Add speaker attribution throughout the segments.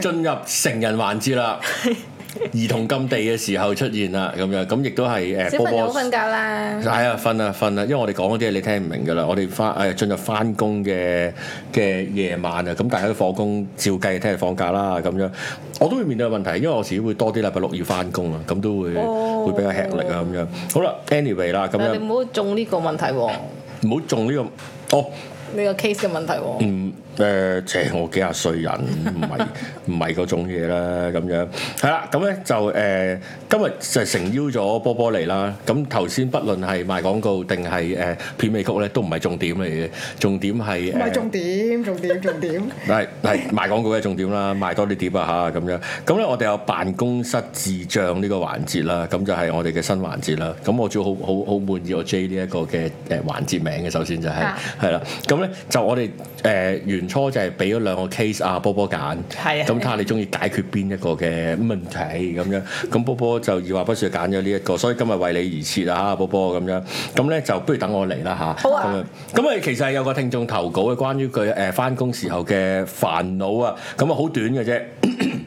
Speaker 1: 進入成人環節 啦，兒童禁地嘅時候出現啦，咁樣咁亦都係誒
Speaker 2: 小朋友好瞓覺啦，
Speaker 1: 係啊，瞓啊瞓啊，因為我哋講嗰啲嘢你聽唔明㗎啦。我哋翻誒進入翻工嘅嘅夜晚啊，咁大家都放工，照計聽日放假啦咁樣。我都會面對個問題，因為我自己會多啲禮拜六要翻工啊，咁都會、
Speaker 2: 哦
Speaker 1: 會比較吃力啊咁樣。好啦，anyway 啦，咁
Speaker 2: 但你
Speaker 1: 樣
Speaker 2: 唔好中呢個問題喎，
Speaker 1: 唔好中呢、個哦。
Speaker 2: 呢個 case 嘅問題喎，
Speaker 1: 嗯誒，即係我幾廿歲人，唔係唔係嗰種嘢啦，咁樣係啦，咁咧就誒、今日就誠邀咗波波嚟啦。咁頭先不論係賣廣告定係誒片尾曲咧，都唔係重點嚟嘅，重點係呃
Speaker 3: 唔係
Speaker 1: 誒
Speaker 3: 重點，重點，重點。
Speaker 1: 係係賣廣告嘅重點啦，賣多啲碟啊嚇咁樣。咁咧我哋有辦公室智障呢個環節啦，咁就係我哋嘅新環節啦。咁我最好好好滿意我 J 呢一個嘅誒環節名嘅，首先就係
Speaker 2: 啊
Speaker 1: 係啦。咁咧就我哋誒、呃原初就係俾咗兩個 case 啊，波波揀，
Speaker 2: 係啊
Speaker 1: 咁睇下你中意解決邊一個嘅問題咁樣。咁波波就二話不説揀咗呢一個，所以今日為你而設啊，波波咁樣。咁咧就不如等我嚟啦嚇。
Speaker 2: 好啊
Speaker 1: 咁樣咁啊，其實係有個聽眾投稿嘅，關於佢誒翻工時候嘅煩惱啊，咁啊好短嘅啫。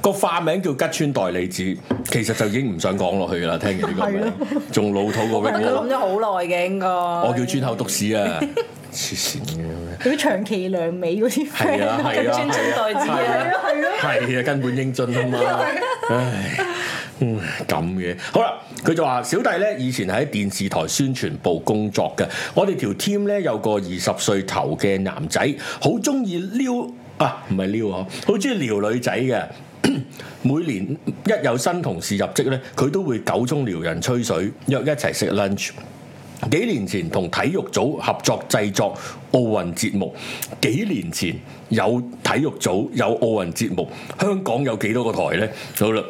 Speaker 1: 個化名叫吉川代理子，其實就已經唔想講落去㗎啦。聽完呢個名，仲老土過
Speaker 2: 我覺得佢
Speaker 1: 我
Speaker 2: 諗，咗好耐嘅應該。
Speaker 1: 我
Speaker 2: 我
Speaker 1: 叫磚口篤屎啊！黐線嘅 咩？
Speaker 3: 嗰啲長期兩尾嗰啲
Speaker 1: 係
Speaker 3: friend，
Speaker 1: 啊係啊
Speaker 2: 專專代子
Speaker 1: 係
Speaker 2: 啊
Speaker 1: 啊
Speaker 3: 係咯係咯，
Speaker 1: 係啊，根本英俊啊嘛，唉。嗯，咁嘅好啦，佢就話小弟咧以前喺電視台宣傳部工作嘅，我哋條 team 咧有個二十歲頭嘅男仔，好中意撩啊，唔係撩啊，好中意撩女仔嘅。 每年一有新同事入職咧，佢都會九中撩人吹水，約一齊食 lunch。幾年前同體育組合作製作奧運節目，幾年前有體育組有奧運節目，香港有幾多個台呢？好啦，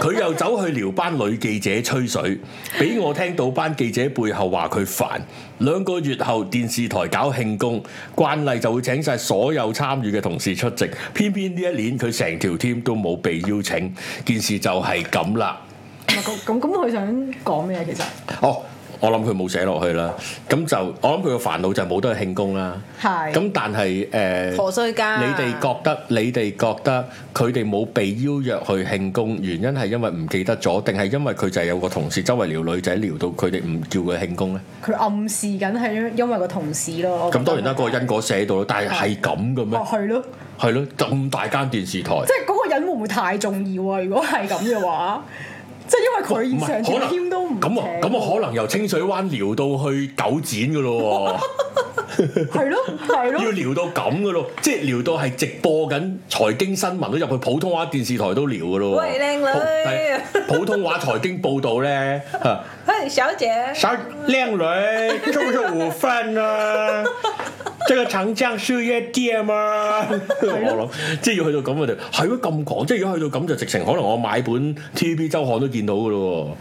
Speaker 1: 佢又走去撩班女記者吹水，俾我聽到班記者背後話佢煩。兩個月後電視台搞慶功，慣例就會請晒所有參與嘅同事出席，偏偏呢一年佢成條 team 都冇被邀請，件事就係咁啦。
Speaker 3: 唔係咁咁咁，佢想講咩啊？其實
Speaker 1: 哦，我諗佢冇寫落去啦。咁就我諗佢個煩惱就係冇得去慶功啦。
Speaker 3: 係
Speaker 1: 咁但係誒，
Speaker 2: 何須加？
Speaker 1: 你哋覺得你哋覺得佢哋冇被邀約去慶功，原因係因為唔記得咗，定係因為佢就係有個同事周圍撩女仔，撩到佢哋唔叫佢慶功咧？
Speaker 3: 佢暗示緊係因因為個同事咯。我覺
Speaker 1: 咁
Speaker 3: 得
Speaker 1: 當然啦，嗰個因果寫喺度啦，但係係咁嘅咩
Speaker 3: 哦，？係咯，
Speaker 1: 係咯，咁大間電視台
Speaker 3: 即。係嗰個人會唔會太重要啊？如果係咁嘅話，即係因為
Speaker 1: 唔
Speaker 3: 佢以
Speaker 1: 係
Speaker 3: 上
Speaker 1: 可
Speaker 3: 條
Speaker 1: 能
Speaker 3: team 都唔
Speaker 1: 咁啊，咁啊，可能由清水灣撩到去九展噶咯
Speaker 3: 請係咯係
Speaker 1: 喎，要
Speaker 3: 咯，
Speaker 1: 撩到咁噶咯，即係撩到係直播緊財經新聞都入去普通話電視台都撩噶咯喎。
Speaker 2: 喂靚女
Speaker 1: 普係普通話財經報導咧。 嚇
Speaker 2: 嘿，小姐，
Speaker 1: 小靚女， 中午午飯啊！ 即係長江宵夜店啊！ 我諗，即係要去到咁嘅地，係咯咁講，即係如果去到咁就直情，可能我買本 TVB 周刊都見到嘅咯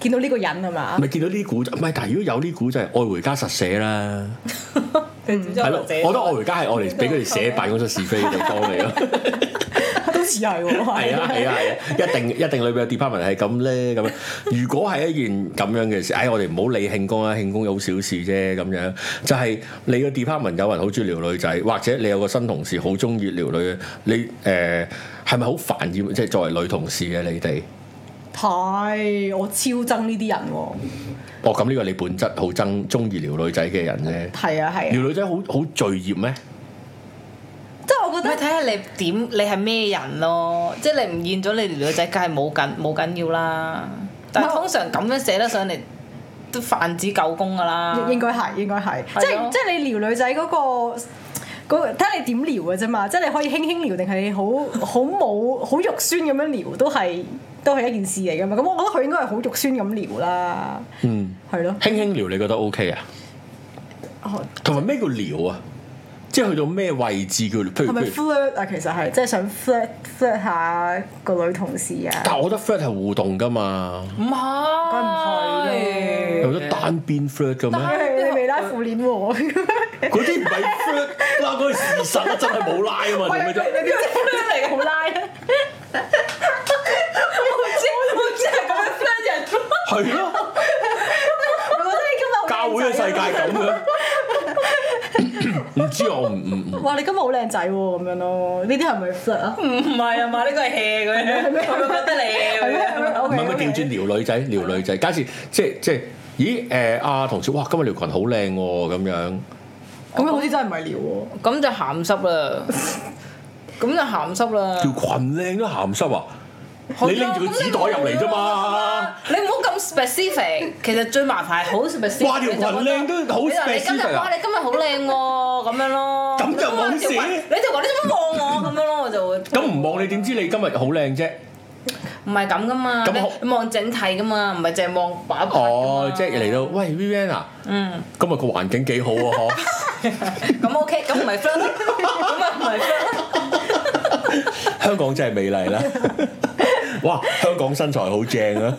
Speaker 3: 見到呢個人係啊嘛
Speaker 2: 啊
Speaker 1: 喎，？咪見到呢啲古仔，唔係，但係如果有呢啲古仔，愛回家實寫啦，係
Speaker 2: 係
Speaker 1: 咯，我覺得愛回家係我嚟俾佢哋 寫辦公室是非嘅地方嚟咯。
Speaker 3: 都似係喎，
Speaker 1: 係啊係啊係啊，一定一定裏邊有 department 係咁咧咁樣。如果係一件咁樣嘅事，唉、我哋唔好理慶功啊啦，慶功有好小事啫咁樣。就係、你個 department 有人好中意撩女仔，或者你有個新同事好中意撩女，你誒係咪好煩厭？即係作為女同事嘅你哋，
Speaker 3: 太我超憎呢啲人喎，
Speaker 1: 哦咁呢個你本質好憎中意撩女仔嘅人啫。
Speaker 3: 係啊係
Speaker 1: 撩
Speaker 3: 啊，
Speaker 1: 女仔好好罪孽咩？
Speaker 3: 即係我覺
Speaker 2: 咪
Speaker 3: 得
Speaker 2: 睇下你點，你係咩人咯？即係你唔見咗你條女仔，梗係冇緊冇緊要啦。但係通常咁樣寫得上嚟，都泛指狗公噶啦。
Speaker 3: 應應該係應該係，
Speaker 2: 係
Speaker 3: 即
Speaker 2: 咯
Speaker 3: 係即係你撩女仔嗰個。嗰個睇下你點撩嘅啫嘛，即係你可以輕輕撩定係你好好冇好肉酸咁樣撩，都係都係一件事嚟噶嘛。咁我覺得佢應該係好肉酸咁撩啦，
Speaker 1: 嗯，
Speaker 3: 係咯。
Speaker 1: 輕輕撩你覺得 OK 啊？
Speaker 3: 哦
Speaker 1: 同埋咩叫撩啊？即係去到咩位置叫？譬
Speaker 3: 係
Speaker 1: 如
Speaker 3: 咪
Speaker 1: 譬如
Speaker 3: flirt 啊？其實係即係想 flirt flirt 下個女同事啊。
Speaker 1: 但我覺得 flirt 係互動噶嘛，
Speaker 2: 唔係，
Speaker 3: 梗唔係
Speaker 1: 有得單邊 flirt 嘅咩？
Speaker 3: 唉你未拉褲鏈喎，
Speaker 1: 嗰啲唔係 flirt 啦，嗰係事實啦，真係冇拉啊嘛，做咩啫？
Speaker 3: 你
Speaker 2: Ừ.
Speaker 3: 點知
Speaker 2: 嚟好拉啊！我知我知係咁樣 friend 人㗎嘛
Speaker 1: 係咯，
Speaker 3: 我覺得你今日好
Speaker 1: 教會嘅世界咁嘅，唔知我唔唔唔
Speaker 3: 哇你今日好靚仔喎咁樣咯，呢啲係咪 flirt 啊？
Speaker 2: 唔係啊嘛，呢個係 hea 咁樣，我都覺得你
Speaker 3: 係咩係咩
Speaker 2: 咁樣。
Speaker 1: 唔係唔啊係調轉撩女仔，撩女仔。假設即係即係，咦誒阿同事，哇今日條裙好靚喎咁樣，
Speaker 3: 咁樣好似真係唔係撩喎。
Speaker 2: 咁就鹹濕啦，咁就鹹濕啦。
Speaker 1: 條裙靚都鹹濕啊！你拎住個紙袋入嚟啫嘛。
Speaker 2: 你唔好咁 specific，其實最麻煩係好 specific。
Speaker 1: 哇條裙靚都好
Speaker 2: 你就覺得你今日
Speaker 1: specific 啊
Speaker 2: 哇，你今日好靚喎，咁樣咯。
Speaker 1: 咁就冇事
Speaker 2: 你話你就話你做乜望我咁樣咯，我就會。
Speaker 1: 咁唔望你點知你今日好靚啫？
Speaker 2: 唔係咁噶嘛，
Speaker 1: 咁
Speaker 2: 你望整體噶嘛，唔係淨係望把
Speaker 1: 哦，即係嚟到，喂 Vivian 啊，
Speaker 2: 嗯，
Speaker 1: 今日個環境幾好啊！嗬。
Speaker 2: 咁 OK，咁唔係 friend，咁啊唔係 friend。
Speaker 1: 香港真係美麗 啦！哇，香港身材好正啊！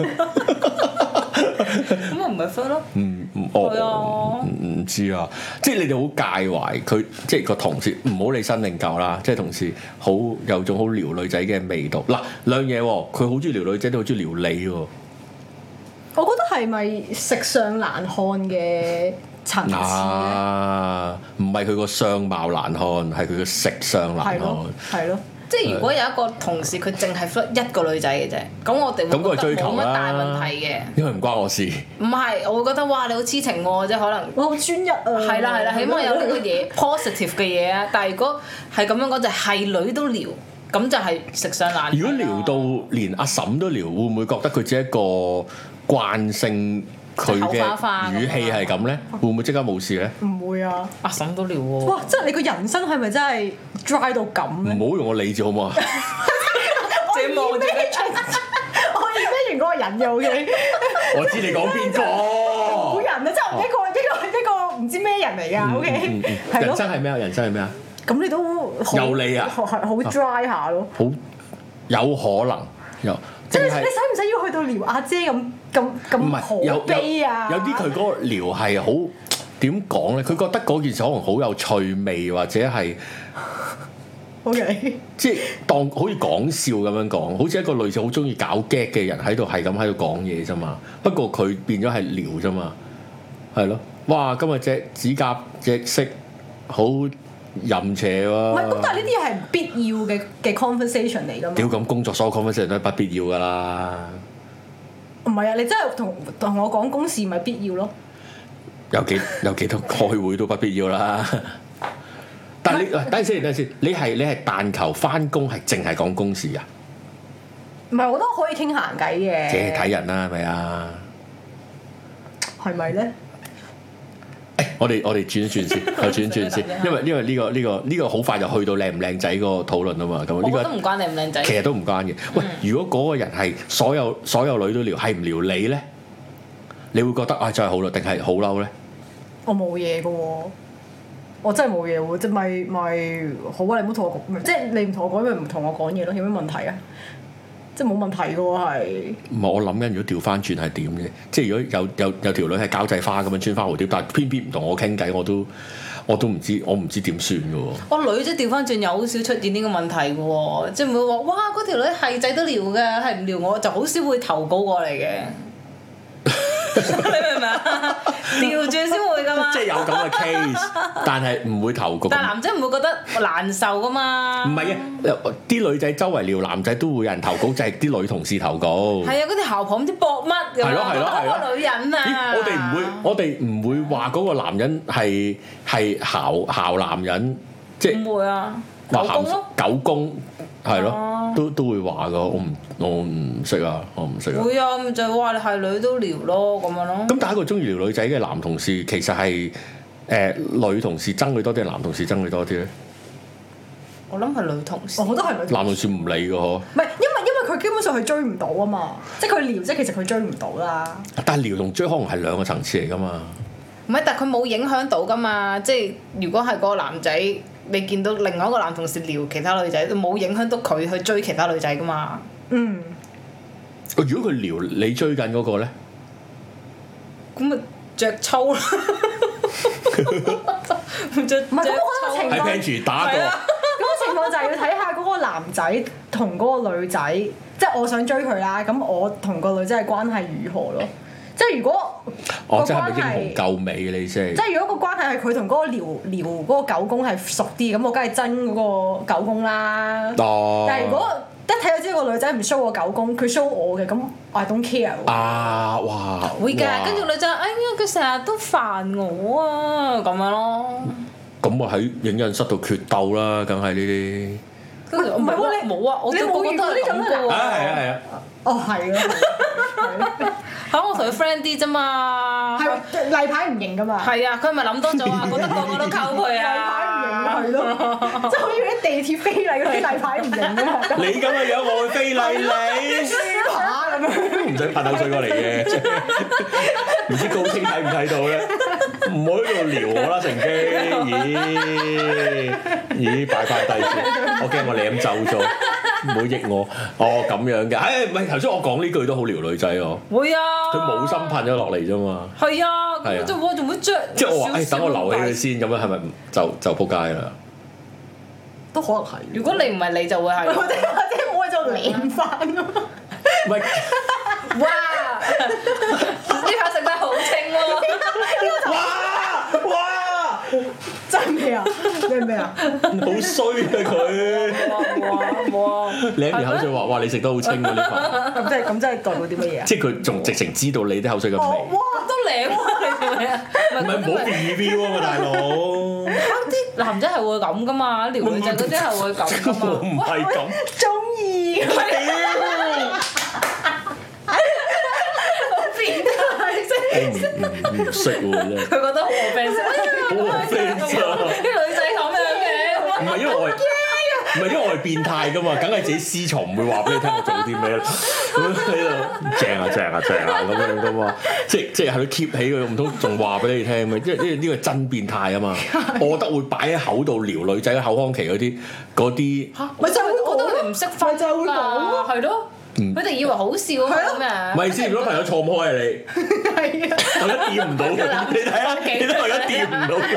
Speaker 2: 咁啊唔係 friend 咯，
Speaker 1: 嗯，嗯我
Speaker 2: 係啊
Speaker 1: 我唔唔知啊，即係你哋好介懷佢，即係個同事唔好理新定舊啦，即係同事好有種好撩女仔嘅味道。嗱，兩嘢喎，佢好中意撩女仔，都好中意撩你喎。
Speaker 3: 我覺得係咪食相難看嘅層次咧？
Speaker 1: 啊，唔係佢個相貌難看，係佢個食相難
Speaker 3: 係
Speaker 1: 看。
Speaker 3: 咯，係咯，
Speaker 2: 即係如果有一個同事佢淨係 friend 一個女仔嘅啫，咁我哋
Speaker 1: 咁佢
Speaker 2: 會
Speaker 1: 係
Speaker 2: 覺
Speaker 1: 追
Speaker 2: 得
Speaker 1: 求
Speaker 2: 冇乜大問
Speaker 1: 啦
Speaker 2: 題嘅。，
Speaker 1: 因為唔關我事。
Speaker 2: 唔係，我會覺得哇你好痴情喎，即係可能。
Speaker 3: 我好專一啊！
Speaker 1: 哦
Speaker 2: 係啦係啦，起 碼有呢個嘢 positive 嘅嘢啊！但係如果係咁樣講，就係女都撩，咁就係食上啊難。
Speaker 1: 如果聊到連阿嬸都聊，會唔會覺得佢只係一個慣性佢
Speaker 2: 口
Speaker 1: 嘅
Speaker 2: 花花咁
Speaker 1: 語氣係咁咧？會唔會即刻冇事咧？
Speaker 3: 唔會啊！
Speaker 2: 阿嬸都撩喎，
Speaker 3: 哇！真係你個人生係咪真係 dry 到咁
Speaker 1: 唔
Speaker 3: 咧？
Speaker 1: 好用個理字好唔好啊？嗯
Speaker 2: 自己望住佢
Speaker 3: 我 imagine 嗰個人嘅 OK，
Speaker 1: 我知你講邊
Speaker 3: 好
Speaker 1: 個？
Speaker 3: 人啊，即係一個一個一個唔知咩人嚟㗎
Speaker 1: 哦嗯
Speaker 3: OK，
Speaker 1: 嗯
Speaker 3: 係
Speaker 1: 人
Speaker 3: 咯。
Speaker 1: 生係咩啊？人生係咩啊？
Speaker 3: 咁你都好
Speaker 1: 有你啊
Speaker 3: 係好 dry 下咯。
Speaker 1: 好有可能有，
Speaker 3: 即係
Speaker 1: 淨
Speaker 3: 你
Speaker 1: 係
Speaker 3: 使唔使要去到撩阿姐咁咁
Speaker 1: 唔係有
Speaker 3: 咁可悲啊？
Speaker 1: 有有啲佢嗰個聊係好點講咧？佢覺得嗰件事可能好有趣味，或者係。
Speaker 3: OK，
Speaker 1: 即係當好似講笑咁樣講，好似一個類似好中意搞 gag 嘅人喺度係咁喺度講嘢啫嘛。不過佢變咗係聊啫嘛，係咯。哇！今日隻指甲隻色好淫邪喎、
Speaker 3: 唔係咁，但係呢啲嘢係唔必要嘅嘅 conversation 嚟㗎嘛。
Speaker 1: 屌咁工作所有 conversation 都係不必要㗎啦。
Speaker 3: 唔係啊！你真係同同我講公事咪必要咯？
Speaker 1: 有幾有幾多 開會都不必要啦。 但係你喂等陣先，等陣先，你係你係但求翻工係淨係講公事啊？
Speaker 3: 唔係我都可以傾閒偈嘅。
Speaker 1: 即係睇人啦，係咪啊？
Speaker 3: 係咪咧？
Speaker 1: 我哋我哋轉一轉 先，我轉一轉
Speaker 2: 啊
Speaker 1: 先，因為因為呢個呢個呢個好快就去到靚唔靚仔嗰個討論啊嘛，咁
Speaker 2: 我
Speaker 1: 呢
Speaker 2: 覺得
Speaker 1: 個
Speaker 2: 唔關你唔靚嗯仔
Speaker 1: 其。實都唔關嘅。喂，如果嗰個人係所有所有女都撩，係唔撩你咧，你會覺得啊真係好啦，定係好嬲咧？
Speaker 3: 我冇嘢嘅喎，我真係冇嘢喎，即係咪咪好啊！你唔好同我講，即係你唔同我講，咪唔同我講嘢咯，有咩問題啊？即係冇問題嘅喎，
Speaker 1: 唔係我諗緊，如果調翻轉係點嘅？即係如果有有有條女係交際花咁樣穿花蝴蝶，但係偏偏唔同我傾偈，我都我都唔知我唔知點算嘅喎。
Speaker 2: 我女仔調翻轉又好少出現呢個問題嘅喎，即係唔會話哇嗰條女係仔都撩嘅，係唔撩我就好少會投稿過嚟嘅。 你明唔明啊？ 調轉先會噶嘛
Speaker 1: 即。係有咁嘅 case，但係唔會投局。
Speaker 2: 但係男仔唔會覺得難受噶嘛。
Speaker 1: 唔係啊，啲女仔周圍撩男仔都會有人投稿，就係、啲女同事投稿。
Speaker 2: 係啊，嗰啲姣婆唔知搏乜咁
Speaker 1: 係咯係咯係咯
Speaker 2: 嗰個女人啊。
Speaker 1: 咦我哋唔會，我哋唔會話嗰個男人係係姣姣男人，即係
Speaker 2: 唔會啊，
Speaker 1: 話
Speaker 2: 老公咯，
Speaker 1: 鹹狗公係咯
Speaker 2: 哦，
Speaker 1: 都都會話噶。我唔我唔識啊，我唔識啊。
Speaker 2: 會啊，咪就係話你係女都撩咯咁樣咯。
Speaker 1: 咁但係一個中意撩女仔嘅男同事，其實係誒、呃女同事憎佢多啲，定男同事憎佢多啲咧？
Speaker 2: 我諗係女同事
Speaker 3: 係，我覺得係女。
Speaker 1: 男同事唔理嘅嗬，
Speaker 3: 唔係，因為因為佢基本上佢追唔到啊嘛，即係佢撩，即係其實佢追唔到啦。
Speaker 1: 但係撩同追可能係兩個層次嚟噶嘛。
Speaker 2: 唔係，但佢冇影響到噶嘛。即係如果係個男仔，你見到另外一個男同事撩其他女仔，冇影響到佢去追其他女仔噶嘛。
Speaker 3: 嗯，
Speaker 1: 如果佢撩你追緊嗰個咧？
Speaker 2: 咁咪着粗咯，着着
Speaker 3: 唔係咁我覺得個
Speaker 2: 粗
Speaker 3: 情
Speaker 1: 喺 Pantry 打過
Speaker 2: 係啊
Speaker 3: 嗰個情況就係要睇下嗰個男仔同嗰個女仔，即係我想追佢啦，咁我同個女仔嘅關係如何咯？即係如果個
Speaker 1: 哦，即係咪
Speaker 3: 關
Speaker 1: 英雄
Speaker 3: 係，
Speaker 1: 救美你先
Speaker 3: 即？係如果個關係係佢同嗰個聊聊嗰個狗公係熟啲，咁我梗係憎嗰個狗公啦。
Speaker 1: 哦，
Speaker 3: 但係如果一睇就知個女仔唔 show 我狗公，佢 show 我嘅，咁 I don't care 喎。
Speaker 1: 啊，哇，
Speaker 2: 會
Speaker 1: 哇
Speaker 2: 㗎，跟住女仔，哎呀，佢成日都煩我啊，咁樣咯。
Speaker 1: 咁我喺影印室度決鬥啦，梗係呢啲。
Speaker 2: 跟住我
Speaker 3: 唔
Speaker 2: 冇
Speaker 3: 係喎
Speaker 2: 啊
Speaker 3: 你
Speaker 2: 冇啊，我
Speaker 3: 你
Speaker 2: 對個
Speaker 3: 冇
Speaker 2: 個
Speaker 3: 遇
Speaker 2: 都
Speaker 3: 過
Speaker 2: 係
Speaker 3: 呢種
Speaker 2: 咁
Speaker 3: 㗎
Speaker 2: 㗎
Speaker 1: 啊，
Speaker 2: 喎。
Speaker 1: 係啊，係啊。
Speaker 3: 哦，係咯，係咯
Speaker 2: 嚇，我同佢 friend 啲啫嘛。
Speaker 3: 係例牌唔認噶嘛。
Speaker 2: 係啊，佢咪諗多咗啊，覺得個個都溝佢 啊。
Speaker 3: 例牌唔認咪係咯，即係好似啲地鐵非禮嗰啲例牌唔 認噶嘛。咁
Speaker 1: 你咁嘅樣，我會非禮 你，
Speaker 3: 輸下咁樣。
Speaker 1: 唔使拍口水過嚟嘅， 唔知高清睇唔睇到咧？唔好喺度撩我啦，乘機，咦咦，擺翻低先，我驚我舐走咗，唔好益我。哦，咁樣嘅，唉，唔係頭先我講呢句都好撩女仔喎，
Speaker 2: 會啊。
Speaker 1: 佢冇心噴咗落嚟啫嘛。
Speaker 2: 係啊，
Speaker 1: 係啊
Speaker 2: 咁就我仲會着。
Speaker 1: 即係我話，誒、哎等我留起佢先，咁樣係咪唔就就撲街啦？
Speaker 3: 都可能係。
Speaker 2: 如果你唔係你就會 係
Speaker 3: 或。者或者我就舐翻咯。
Speaker 1: 唔係，
Speaker 2: 哇！呢 排食得好清喎。
Speaker 1: 哇哇，
Speaker 3: 真係咩啊？咩咩啊？
Speaker 1: 好衰啊佢！
Speaker 2: 哇哇！
Speaker 1: 舐住口水話：哇，你食得好清喎呢排！
Speaker 3: 咁即係咁即係代表啲乜 嘢啊？
Speaker 1: 即係佢仲直情知道你啲口水咁味。
Speaker 3: 哦，哇！
Speaker 2: 都舐喎，你做咩啊？
Speaker 1: 唔係唔 好 review 啊嘛，大佬！
Speaker 2: 啲男仔係會咁噶嘛，撩女仔嗰啲係會咁噶
Speaker 1: 我唔
Speaker 2: 嘛。
Speaker 1: 係咁，
Speaker 3: 中意。
Speaker 2: 變態啫！
Speaker 1: 我哎唔唔唔識喎真係。
Speaker 2: 佢覺得好 offensive，
Speaker 1: 好 offensive 啊
Speaker 2: 啲女仔咁樣嘅。
Speaker 1: 唔係因為我係唔係因為我係變態噶嘛，梗係自己私藏，唔會話俾你聽我做啲咩啦。咁喺度正啊正啊正啊咁樣噶嘛，即係即係喺度 keep 起佢，唔通仲話俾你聽咩？因為因為呢個真變態啊嘛，我覺得會擺喺口度撩女仔口腔期嗰啲嗰啲。
Speaker 3: 咪就係會講咯
Speaker 2: 我覺得佢唔識分啊
Speaker 3: 咪就係會
Speaker 2: 㗎
Speaker 3: 講咯，
Speaker 2: 係咯。佢哋以為好笑啊咁
Speaker 3: 係咯
Speaker 2: 樣。
Speaker 1: 唔係先，如果朋友錯唔開啊你，
Speaker 3: 係啊。
Speaker 1: 我一掂唔到佢，你睇下，你睇我一掂唔到佢，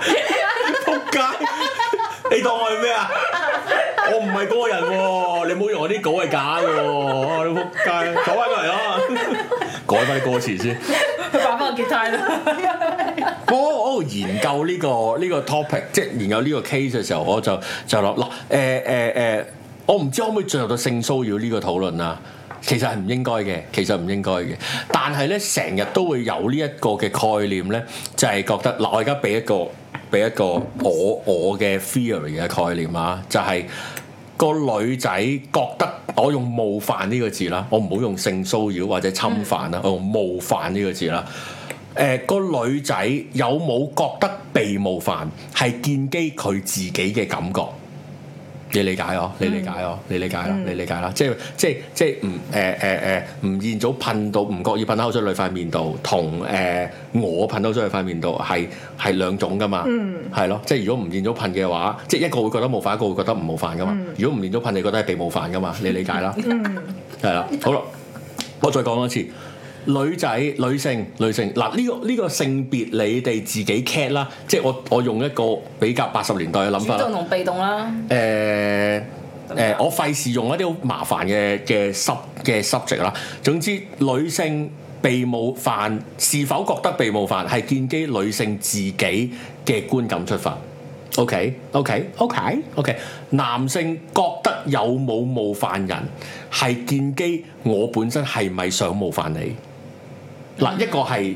Speaker 1: 仆街！你當我係咩啊？我唔係嗰個人喎，你唔好用我啲稿係假嘅喎，你仆街！改翻過嚟啊！改翻啲歌詞先。
Speaker 2: 佢擺翻個結態啦。
Speaker 1: 我我研究呢、個呢、個 topic，即係研究呢個 case 嘅時候，我就就諗嗱誒誒誒，我唔知可唔可以進入到性騷擾呢個討論啊？其實係唔應該嘅，其實唔應該嘅。但係咧，成日都會有呢一個嘅概念咧，就係、覺得嗱，我而家俾一個俾一個我我嘅 theory 嘅概念啊，就係、個女仔覺得我用冒犯呢個字啦，我唔好用性騷擾或者侵犯啦，我用冒犯呢個字啦。誒、個女仔有冇覺得被冒犯係建基佢自己嘅感覺？你理解我，你理解我，你理解啦，你理解啦，即係即係即係唔誒誒誒吳彥祖噴到唔覺意噴口水落塊面度，同誒、我噴口水落塊面度係係兩種噶嘛，係咯、即係如果吳彥祖噴嘅話，即係一個會覺得冒犯，一個會覺得唔冒犯噶嘛。如果吳彥祖噴，你覺得係被冒犯噶嘛？你理解啦，係啦、好啦，我再講多次。女仔、女性、女性，嗱呢、個呢、個性別，你哋自己 cat 啦，即係我我用一個比較八十年代嘅諗
Speaker 2: 主
Speaker 1: 法啦
Speaker 2: 動同被動啦。
Speaker 1: 誒誒、呃我費事用一啲好麻煩嘅嘅 sub 嘅 subject 啦。總之，女性被冒犯是否覺得被冒犯，係建基女性自己嘅觀感出發。OK OK OK OK，男性覺得有冇冒犯人，係建基我本身係咪想冒犯你？
Speaker 2: 嗯
Speaker 1: 嗱，一個係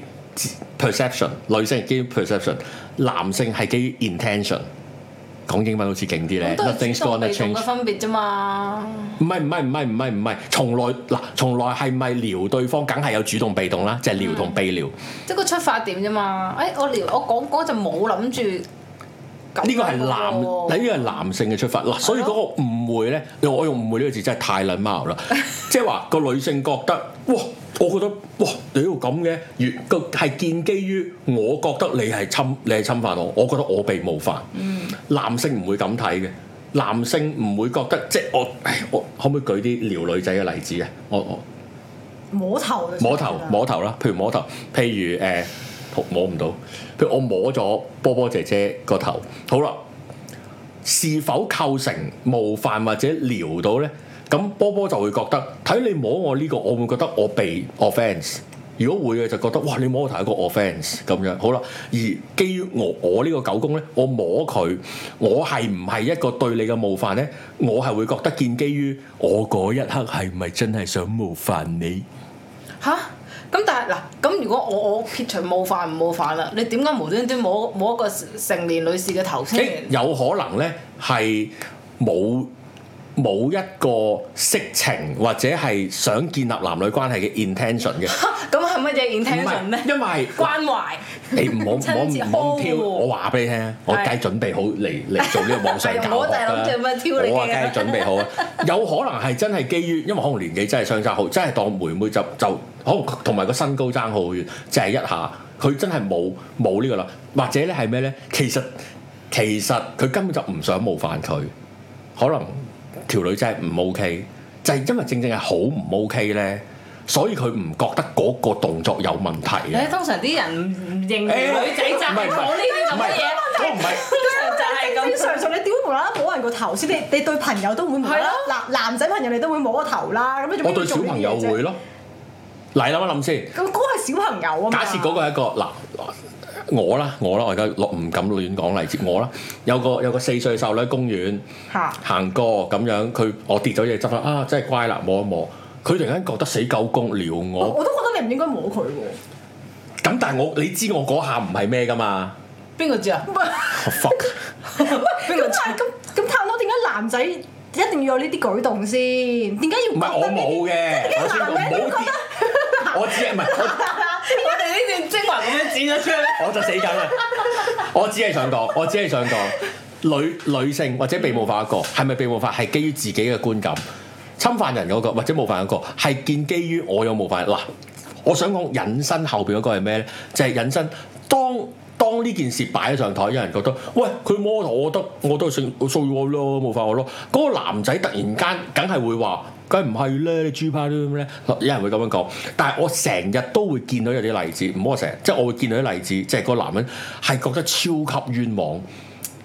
Speaker 1: perception，女性係基於 perception，男性係基於 intention。講英文好似勁啲咧
Speaker 2: 咁都係
Speaker 1: ，nothing's
Speaker 2: 主動
Speaker 1: gonna
Speaker 2: 被動嘅
Speaker 1: change。
Speaker 2: 分別啫嘛。
Speaker 1: 唔係唔係唔係唔係唔係，從來嗱，從來係咪撩對方，梗係有主動被動啦，即係撩
Speaker 2: 嗯
Speaker 1: 同被撩。
Speaker 2: 即係個出發點啫嘛。誒、哎我聊我講嗰陣冇諗住咁樣嘅喎。
Speaker 1: 呢個係男，呢個係男性嘅出發嗱，所以嗰個誤會咧，我用誤會呢個字真係太撚貓 啦，即係話個女性覺得，哇，我覺得，哇，你要咁嘅，越個係建基於我覺得你係侵，你係侵犯我，我覺得我被冒犯，
Speaker 2: 嗯
Speaker 1: 男性唔會咁睇嘅。男性唔會覺得，即係我，唉我可唔可以舉啲撩女仔嘅例子啊？我我
Speaker 3: 摸頭就算
Speaker 1: 摸頭
Speaker 3: 啦
Speaker 1: 摸頭啦，譬如摸頭，譬如誒、呃摸唔到，譬如我摸咗波波姐姐個頭，好啦，是否構成冒犯或者撩到咧？咁波波就會覺得睇你摸我呢、個，我會覺得我被 offence。如果會嘅就覺得哇，你摸我頭係一個 offence 咁樣，好啦。而基於我我呢個狗公咧，我摸佢，我係唔係一個對你嘅冒犯咧？我係會覺得建基於我嗰一刻係咪真係想冒犯你？
Speaker 2: 吓？咁但係嗱，咁如果我我撇除冒犯唔冒犯啦，你點解無端端摸摸一個成年女士嘅頭
Speaker 1: 誒、
Speaker 2: 先？
Speaker 1: 有可能咧係冇冇一個色情或者係想建立男女關係嘅 intention 嘅，
Speaker 2: 嚇咁係乜嘢
Speaker 1: 唔
Speaker 2: intention
Speaker 1: 係
Speaker 2: 咧？
Speaker 1: 因為
Speaker 2: 關懷
Speaker 1: 你唔好唔好
Speaker 2: 親切
Speaker 1: 唔好挑，
Speaker 2: 呵護
Speaker 1: 我話俾你聽，我梗係準備好嚟嚟做呢個網上教學
Speaker 2: 我就 係諗住咁樣挑你
Speaker 1: 㗎啦。
Speaker 2: 嘅
Speaker 1: 我啊梗係準備好 啊，有可能係真係基於，因為可能年紀真係相差好，真係當妹妹就就可能同埋個身高爭好遠，就係一下佢真係冇冇呢個啦，或者咧係咩咧？其實其實佢根本就唔想冒犯佢，可能條女真係唔 OK，就係因為正正係好唔 OK 咧，所以佢唔覺得嗰個動作有問題啊
Speaker 2: 誒，通常啲人唔認
Speaker 1: 誒
Speaker 2: 女仔就
Speaker 1: 唔係
Speaker 2: 係
Speaker 1: 唔係
Speaker 2: 我呢啲咁
Speaker 1: 唔
Speaker 2: 嘅
Speaker 1: 係
Speaker 2: 嘢，
Speaker 1: 我唔係。
Speaker 2: 通常就係
Speaker 3: 正
Speaker 2: 咁。
Speaker 3: 常上你屌無啦啦摸人個頭先，你你對朋友都會摸
Speaker 2: 係
Speaker 3: 啦
Speaker 2: 咯，
Speaker 3: 男男仔朋友你都會摸個頭啦，咁你做
Speaker 1: 我
Speaker 3: 咩要
Speaker 1: 對
Speaker 3: 做
Speaker 1: 小
Speaker 3: 呢啲
Speaker 1: 朋友
Speaker 3: 嘢啫
Speaker 1: 會咯。嗱，你諗一諗先。
Speaker 3: 咁嗰個係小朋友啊嘛。
Speaker 1: 假設嗰個係一個嗱，我啦，我啦，我而家落唔敢亂講例子。我啦，有個有個四歲細路喺公園
Speaker 3: 嚇
Speaker 1: 行過咁樣，佢我跌咗嘢執翻啊，真係乖啦，摸一摸。佢突然間覺得死狗公撩
Speaker 3: 我
Speaker 1: 我，
Speaker 3: 我都覺得你唔應該摸佢喎。
Speaker 1: 咁但係我你知我嗰下唔係咩噶嘛
Speaker 2: 邊個知啊？
Speaker 1: Oh,？fuck！
Speaker 2: 邊個
Speaker 3: 咁但係咁咁探到點解男仔一定要有呢啲舉動先？點解要
Speaker 1: 唔係
Speaker 3: 覺
Speaker 1: 我
Speaker 3: 得呢啲
Speaker 1: 冇嘅，我先講冇跌，我只係唔係 我。
Speaker 2: 我哋呢段精華咁樣剪咗出嚟。
Speaker 1: 我就死梗啦！我只係想講，我只係想講，女女性或者被冒犯一個，係咪被冒犯係基於自己嘅觀感？侵犯人嗰、個或者冒犯嗰、個係建基於我有冒犯嗱。我想講引申後邊嗰個係咩咧？就係、引申當。當呢件事擺咗上台，有人覺得，喂，佢摸頭，我覺得我都係性騷擾我咯，冒犯我咯。嗰、個男仔突然間，梗係會話，梗係唔係咧？你豬扒啲咩咧？有人會咁樣講，但係我成日都會見到有啲例子，唔好話成日，即係我會見到啲例子，即係個男人係覺得超級冤枉。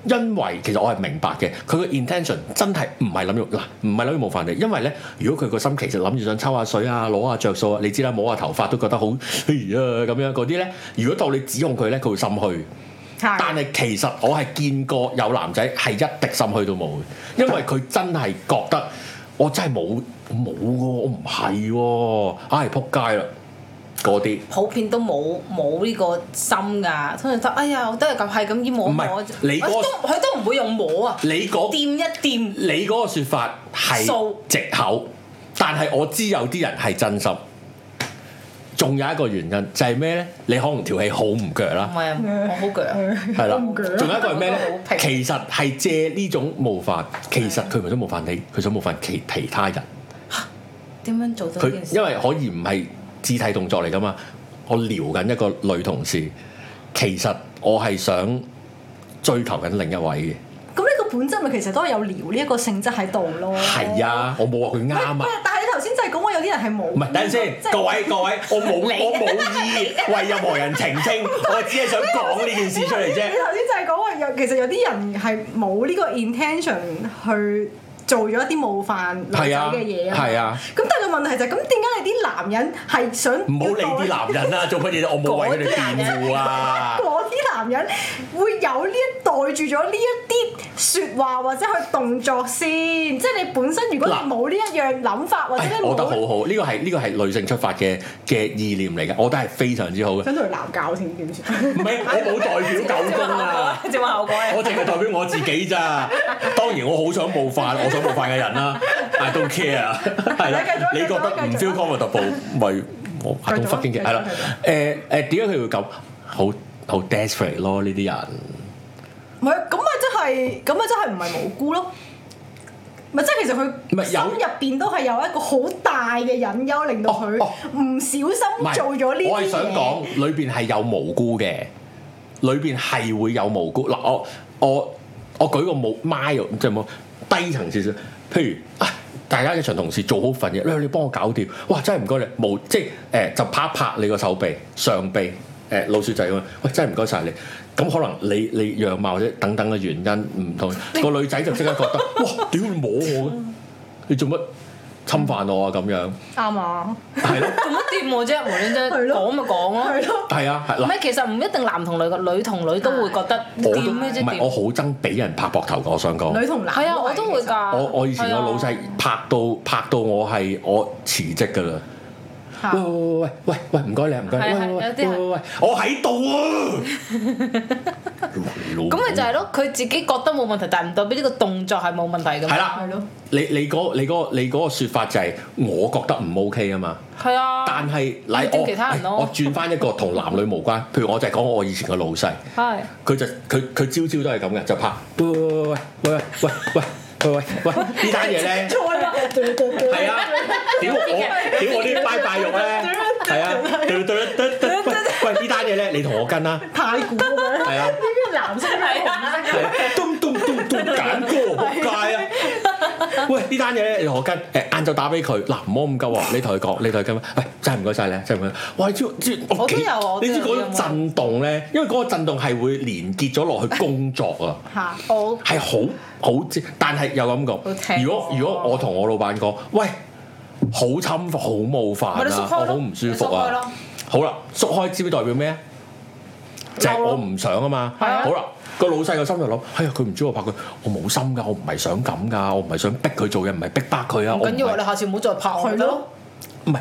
Speaker 1: 因為其實我係明白嘅，佢嘅 intention 真係唔係諗住嗱，唔係諗住冒犯你，因為咧，如果佢個心其實諗住想抽下水啊、攞下着數啊，你知啦，摸下頭髮都覺得好哎呀咁樣嗰啲咧，如果到你指控佢咧，佢會心虛。但
Speaker 3: 係
Speaker 1: 係其實我係見過有男仔係一滴心虛都冇嘅，因為佢真係覺得我真係冇冇喎，我唔係喎，唉撲街啦嗰啲。
Speaker 2: 普遍都冇冇呢個心㗎，通常都哎呀，我都係咁係咁依摸
Speaker 1: 唔
Speaker 2: 摸
Speaker 1: 係，你嗰個
Speaker 2: 我都佢都唔會用摸啊，
Speaker 1: 你嗰
Speaker 2: 掂一掂，
Speaker 1: 你嗰個説法係
Speaker 2: 數
Speaker 1: 藉口，但係我知有啲人係真心。仲有一個原因就係咩咧？你可能條氣好唔腳
Speaker 2: 唔
Speaker 1: 啦，
Speaker 2: 係啊，我好鋸啊，
Speaker 1: 係啦。
Speaker 3: 好唔腳
Speaker 1: 仲有一個係咩咧
Speaker 2: 我 覺得好？平
Speaker 1: 其實係借呢種冒犯，其實佢唔想冒犯你，佢想冒犯其其他人。
Speaker 2: 點樣做到
Speaker 1: 佢
Speaker 2: 呢件事？
Speaker 1: 因為可以唔係肢體動作嚟噶嘛，我撩緊一個女同事，其實我係想追求緊另一位嘅。
Speaker 3: 咁呢個本質咪其實都係有聊呢一個性質喺度咯。
Speaker 2: 哦
Speaker 1: 係啊，我冇話佢啱
Speaker 3: 喂。
Speaker 1: 啊
Speaker 3: 喂。但係你頭先就係講話有啲人係冇。
Speaker 1: 唔係，等陣先，
Speaker 3: 即係
Speaker 1: 各 位各位，我冇我冇意為任何人澄 清，我只係想講呢件事出嚟
Speaker 3: 你
Speaker 1: 啫。
Speaker 3: 頭先就係講話有，其實有啲人係冇呢個 intention 去做咗一啲冒犯女仔
Speaker 1: 係啊
Speaker 3: 嘅嘢嘛
Speaker 1: 係啊。
Speaker 3: 咁但係個問題就係、咁點解你啲男人係想
Speaker 1: 唔好理啲男人啦，做乜嘢啫？我冇為佢哋辯護啊！
Speaker 3: 嗰啲男人會有呢一袋住咗呢一啲説話或者佢動作先，即係你本身如果
Speaker 1: 嗱
Speaker 3: 你冇呢一樣諗法或者
Speaker 1: 唉
Speaker 3: 你
Speaker 1: 哎我
Speaker 3: 冇
Speaker 1: 覺得好好，呢個係呢個係女性出發嘅嘅意念嚟嘅，我覺得係非常之好嘅。
Speaker 3: 想同佢鬧交先點算？
Speaker 1: 唔係，我冇代表狗公啊！
Speaker 2: 正話後果啊
Speaker 1: 我淨係代表我自己咋。當然我好想冒犯，我想冒犯嘅人啦，I don't care 啊，係啦
Speaker 3: 繼續啊。
Speaker 1: 你覺得唔
Speaker 3: 繼
Speaker 1: feel
Speaker 3: 續啊
Speaker 1: comfortable 咪我 I don't fucking care 係啦。誒誒，點解佢會咁？好好 desperate 咯，呢啲人。
Speaker 3: 唔係，咁咪真係，咁咪真係唔係無辜咯？咪即係其實
Speaker 1: 咪有
Speaker 3: 佢心入邊都係有一個好大嘅隱憂，令到佢
Speaker 1: 哦
Speaker 3: 唔小
Speaker 1: 唔
Speaker 3: 心
Speaker 1: 係
Speaker 3: 做咗呢啲嘢。
Speaker 1: 我係想講裏邊係有無辜嘅，裏邊係會有無辜。嗱，我我我舉個冇 mile 即係冇低層少少，譬如啊。大家一場同事做好份嘢，喂你幫我搞掂，哇！真係唔該你，無即係誒、就拍一拍你個手臂、上臂，誒、老鼠仔咁樣，喂真係唔該晒你。咁可能你你樣貌或者等等嘅原因唔同，個女仔就即刻覺得，哇！屌你摸我嘅，你做乜？侵犯我啊咁樣，
Speaker 3: 啱啊，
Speaker 1: 係咯，
Speaker 2: 做乜掂我啫？無論啫，
Speaker 3: 係咯
Speaker 2: 講咪講咯。
Speaker 3: 係咯，
Speaker 1: 係啊，係
Speaker 2: 唔
Speaker 1: 嗱，
Speaker 2: 係，其實唔一定男同女嘅，女同女都會覺得
Speaker 1: 我
Speaker 2: 掂
Speaker 1: 都
Speaker 2: 咩啫
Speaker 1: 唔係我
Speaker 2: 掂。
Speaker 1: 好憎俾人拍膊頭㗎，我想講。
Speaker 3: 女同男
Speaker 2: 係啊，
Speaker 3: 係
Speaker 2: 我都會
Speaker 3: 其實，
Speaker 2: 㗎。
Speaker 1: 我我以前個
Speaker 2: 係啊
Speaker 1: 老細拍到拍到我係我辭職㗎啦。
Speaker 3: 嚇
Speaker 1: 喂喂喂喂喂，唔該你啊，唔該
Speaker 2: 係
Speaker 1: 你，喂喂
Speaker 2: 係有
Speaker 1: 喂
Speaker 2: 啲係
Speaker 1: 喂喂，我喺度啊！咁
Speaker 2: 咁咪就係咯，佢自己覺得冇問題，但係唔代表呢個動作係冇問題㗎嘛。
Speaker 1: 係啦
Speaker 3: 係咯，
Speaker 1: 你你嗰你嗰你嗰個説法就係我覺得唔 OK 啊嘛，
Speaker 2: 係啊。
Speaker 1: 但係嗱
Speaker 2: 挑
Speaker 1: 我哎
Speaker 2: 其他人咯
Speaker 1: 我轉翻一個同男女無關，譬如我就係講我以前個老細，
Speaker 2: 係
Speaker 1: 佢就佢佢朝朝都係咁嘅，就拍喂喂喂喂喂喂喂喂喂呢單嘢咧。
Speaker 3: 錯啦，
Speaker 1: 係啊，屌我屌我啲拜拜肉咧，係啊，對對對對，喂喂呢單嘢咧，你同我跟啦，
Speaker 3: 太古咁樣，
Speaker 1: 係啊，
Speaker 3: 呢個藍色係紅色
Speaker 1: 係啊，咚咚咚咚揀歌仆街啊！喂呢單嘢咧，你同我跟，誒晏晝打俾佢，嗱唔好咁急喎，你同佢講，你同佢跟，喂真係唔該晒你，真係唔該，哇你知知
Speaker 2: 我都有啊我都
Speaker 1: 你
Speaker 2: 有
Speaker 1: 知嗰種震動咧，因為嗰個震動係會連結咗落去工作啊。
Speaker 2: 嚇，我
Speaker 1: 係好好知，但係又咁
Speaker 2: 好
Speaker 1: 講。
Speaker 2: 聽喎
Speaker 1: 如果如果我同我老闆講，喂，好侵好冒犯
Speaker 2: 咪你縮
Speaker 1: 啊，
Speaker 2: 開
Speaker 1: 我
Speaker 2: 咯
Speaker 1: 好唔舒服
Speaker 2: 你縮開
Speaker 1: 啊
Speaker 2: 咯。
Speaker 1: 好啦，縮開知唔知代表咩啊？就係
Speaker 2: 嬲咯
Speaker 1: 我唔想啊嘛。
Speaker 2: 係啊
Speaker 1: 好啦，個老細個心就諗，哎呀，佢唔知我拍佢，我冇心㗎，我唔係想咁㗎，我唔係想逼佢做嘢，唔係逼巴佢啊。
Speaker 2: 唔
Speaker 1: 我唔
Speaker 2: 緊要啊，
Speaker 1: 係
Speaker 2: 你下次唔好再拍我咪
Speaker 3: 哦係
Speaker 2: 得咯
Speaker 3: 咯。，
Speaker 1: 唔係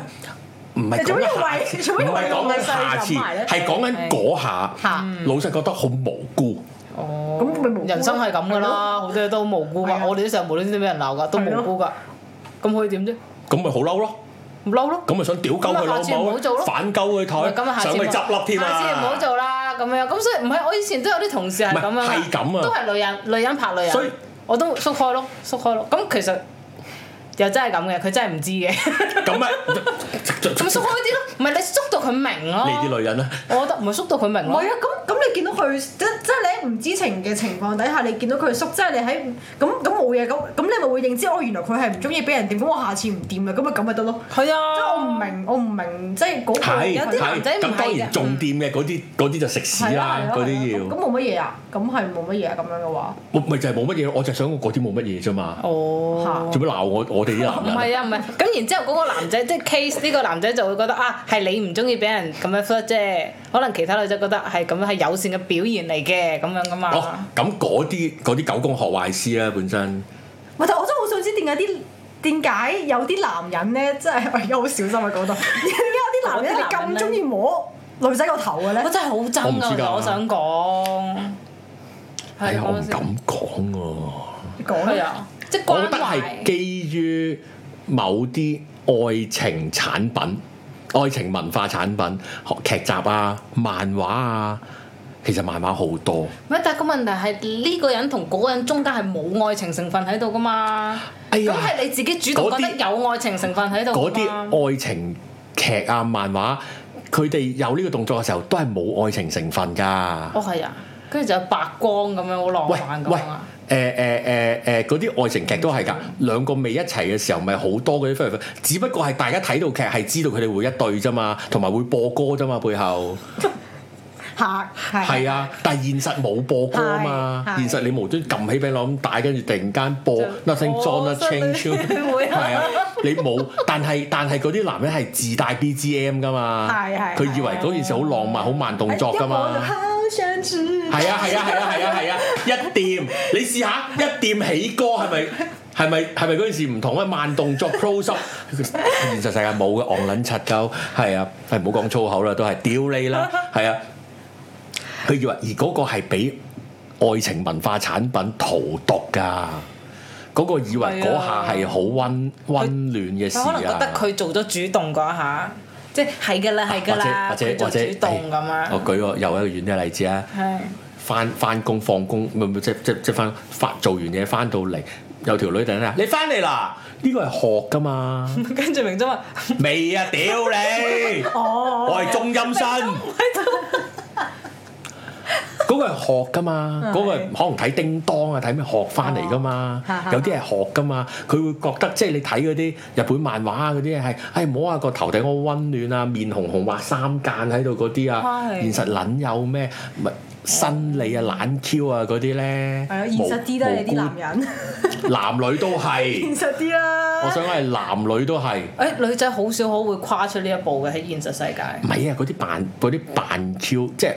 Speaker 1: 唔係
Speaker 3: 你做
Speaker 1: 講
Speaker 3: 咩
Speaker 1: 緊
Speaker 3: 要
Speaker 1: 下
Speaker 3: 為做
Speaker 1: 唔
Speaker 3: 咩要
Speaker 1: 係
Speaker 3: 為
Speaker 1: 講
Speaker 3: 我
Speaker 1: 緊
Speaker 3: 嘅
Speaker 1: 下次，
Speaker 3: 細諗埋咧？
Speaker 1: 係講緊嗰下
Speaker 2: 嚇，
Speaker 1: 老細覺得好無辜。
Speaker 2: 哦，
Speaker 3: 咁咪無辜咯
Speaker 2: 人生係咁噶啦，好多嘢都無辜
Speaker 3: 係啊
Speaker 2: 噶，我哋都成日無端端俾人鬧噶，都無辜噶，咁可以點啫？
Speaker 1: 咁咪好嬲咯！
Speaker 2: 唔嬲咯，
Speaker 1: 咁咪想屌鳩佢
Speaker 2: 咁咪
Speaker 1: 老
Speaker 2: 下次唔好做
Speaker 1: 母，啊
Speaker 2: 咯
Speaker 1: 反鳩佢
Speaker 2: 咁啊
Speaker 1: 台，
Speaker 2: 下
Speaker 1: 上
Speaker 2: 次
Speaker 1: 去
Speaker 2: 唔好
Speaker 1: 執笠添啊！
Speaker 2: 下次唔好做啦，咁樣咁所以唔係，我以前都有啲同事係咁樣
Speaker 1: 唔係
Speaker 2: 㗎，
Speaker 1: 係咁啊
Speaker 2: 都係女人女人拍女人，
Speaker 1: 所以
Speaker 2: 我都縮開咯，縮開咯，咁其實又真係咁嘅，佢真係唔 知嘅，
Speaker 1: 咁啊咪
Speaker 2: 咁縮開啲咯，唔係你縮到佢明咯，
Speaker 1: 你啲女人啊啦，
Speaker 2: 我覺得唔係縮到佢明
Speaker 3: 唔
Speaker 2: 咯
Speaker 3: 係，啊，咁咁你見到佢即即係你喺唔知情嘅情況底下，你見到佢縮，即係你喺咁咁冇嘢咁，咁你咪會認知哦，原來佢係唔中意俾人掂，咁我下次唔掂啦，啊咁咪咁咪得咯。
Speaker 2: 係啊，
Speaker 3: 即係我唔明，我唔明，即係嗰個
Speaker 1: 係
Speaker 2: 有啲男仔
Speaker 1: 係
Speaker 2: 唔係
Speaker 1: 咁
Speaker 2: 嘅
Speaker 1: 當然重點嘅嗰啲嗰啲就食屎
Speaker 3: 係
Speaker 1: 啦
Speaker 3: 啊，
Speaker 1: 嗰
Speaker 3: 係啊
Speaker 1: 啲
Speaker 3: 係啊咁
Speaker 1: 要，
Speaker 3: 咁冇乜嘢啊，咁係冇乜嘢啊，咁樣嘅話，
Speaker 1: 我咪就係冇乜嘢，我就係想嗰啲冇乜嘢啫嘛，
Speaker 2: 哦
Speaker 3: 嚇。
Speaker 1: 做咩鬧我我哋啲
Speaker 2: 唔
Speaker 1: 男人？
Speaker 2: 係啊，唔係。咁然之後嗰個男仔即係 case 呢個男仔就會覺得啊，係你唔中意俾人咁樣 flirt 啫，可能其他女仔覺得係咁樣係友善嘅表現嚟嘅咁樣噶嘛。
Speaker 1: 哦，咁嗰啲嗰啲狗公學壞師啦，本身
Speaker 3: 喂，但我真係好想知點解啲。點解有啲男人咧，真係我而家好小心啊講到，點 解有啲男人係咁中意摸女仔個頭嘅咧
Speaker 2: 我？真係好
Speaker 1: 我唔
Speaker 2: 憎
Speaker 1: 知㗎
Speaker 2: 啊！我想講，
Speaker 1: 係啊，我
Speaker 2: 講
Speaker 1: 唔
Speaker 2: 先
Speaker 1: 敢講喎，
Speaker 3: 講
Speaker 2: 係
Speaker 3: 啊，
Speaker 2: 啊，即係
Speaker 1: 我
Speaker 2: 關
Speaker 1: 覺得係
Speaker 2: 懷。
Speaker 1: 基於某啲愛情產品、愛情文化產品、學劇集啊、漫畫啊，其實漫畫好多。
Speaker 2: 唔係，但係個問題係呢個人同嗰個人中間係冇愛情成分喺度噶嘛。
Speaker 1: 哎
Speaker 2: 咁
Speaker 1: 呀
Speaker 2: 係你自己主動覺得
Speaker 1: 嗰
Speaker 2: 有愛情成分喺度㗎
Speaker 1: 嗰
Speaker 2: 嘛
Speaker 1: 啲愛情劇啊、漫畫，佢哋有呢個動作嘅時候，都係冇愛情成分㗎。
Speaker 2: 哦係啊，跟住就有白光咁樣好浪
Speaker 1: 喂
Speaker 2: 漫咁
Speaker 1: 喂
Speaker 2: 樣啊。，
Speaker 1: 誒誒誒誒，嗰啲愛情劇都係㗎，兩個未一齊嘅時候，咪好多嗰啲 friend，只不過係大家睇到劇係知道佢哋會一對啫嘛，同埋會播歌啫嘛，背後。
Speaker 3: 嚇
Speaker 1: 係啊，但係現實冇播歌啊嘛，
Speaker 3: 係
Speaker 1: 現
Speaker 3: 係
Speaker 1: 實你無端撳起俾我咁帶，跟住突然間播
Speaker 2: 就
Speaker 1: Nothing John
Speaker 2: 我
Speaker 1: n
Speaker 2: 失戀
Speaker 1: Change You，
Speaker 2: 會啊
Speaker 1: 係啊，你冇，但係但係嗰啲男人係自帶 BGM 噶嘛，
Speaker 3: 係係
Speaker 1: 佢以為嗰件事好浪漫、好慢
Speaker 3: 哎
Speaker 1: 動作噶嘛
Speaker 3: 一摸就，好想知
Speaker 1: 係啊係啊係啊係啊係啊，一掂你試下一掂起歌係咪？係咪係咪嗰件事唔同啊？慢動作 close up，現實世界冇嘅，戇撚柒鳩，係啊，係唔好講粗口啦，都係屌你啦，係啊。佢以為而嗰個係俾愛情文化產品荼毒㗎，嗰、個以為嗰下係好温温暖嘅事
Speaker 2: 啊佢可能覺
Speaker 1: 啊
Speaker 2: 得。佢做咗主動嗰一下，即係係嘅啦，係嘅啦，
Speaker 1: 或者
Speaker 2: 佢
Speaker 1: 或
Speaker 2: 做
Speaker 1: 者
Speaker 2: 主動咁
Speaker 1: 哎我
Speaker 2: 啊，
Speaker 1: 舉個又一個遠啲嘅例子啊。
Speaker 2: 係
Speaker 1: 翻翻工放工，唔唔即即即翻翻做完嘢翻到嚟，有條女突然間話你翻嚟啦，呢個係學噶嘛？
Speaker 2: 跟住明真話
Speaker 1: 未啊，屌 你！
Speaker 3: 哦，
Speaker 1: 我係中陰身， 嗰個係學噶嘛？
Speaker 3: 係
Speaker 1: 嗰個係可能睇叮當啊，睇咩學翻嚟噶嘛
Speaker 3: 哦哈？哈
Speaker 1: 有啲係學噶嘛，佢會覺得即係你睇嗰啲日本漫畫啊嗰啲係，唉摸下個頭頂好温暖啊，面紅紅畫三間喺度嗰啲啊，
Speaker 2: 係
Speaker 1: 現實撚有咩咪新理啊懶 Q 啊嗰啲咧，
Speaker 3: 係啊，現實啲啦，你啲男人，
Speaker 1: 男女都係
Speaker 3: 現實啲啦，
Speaker 1: 我
Speaker 2: 啦。
Speaker 1: 想係男女都係。
Speaker 2: 誒、女仔好少可會跨出呢一步嘅喺現實世界。
Speaker 1: 唔係啊，嗰啲扮嗰啲扮 Q，即係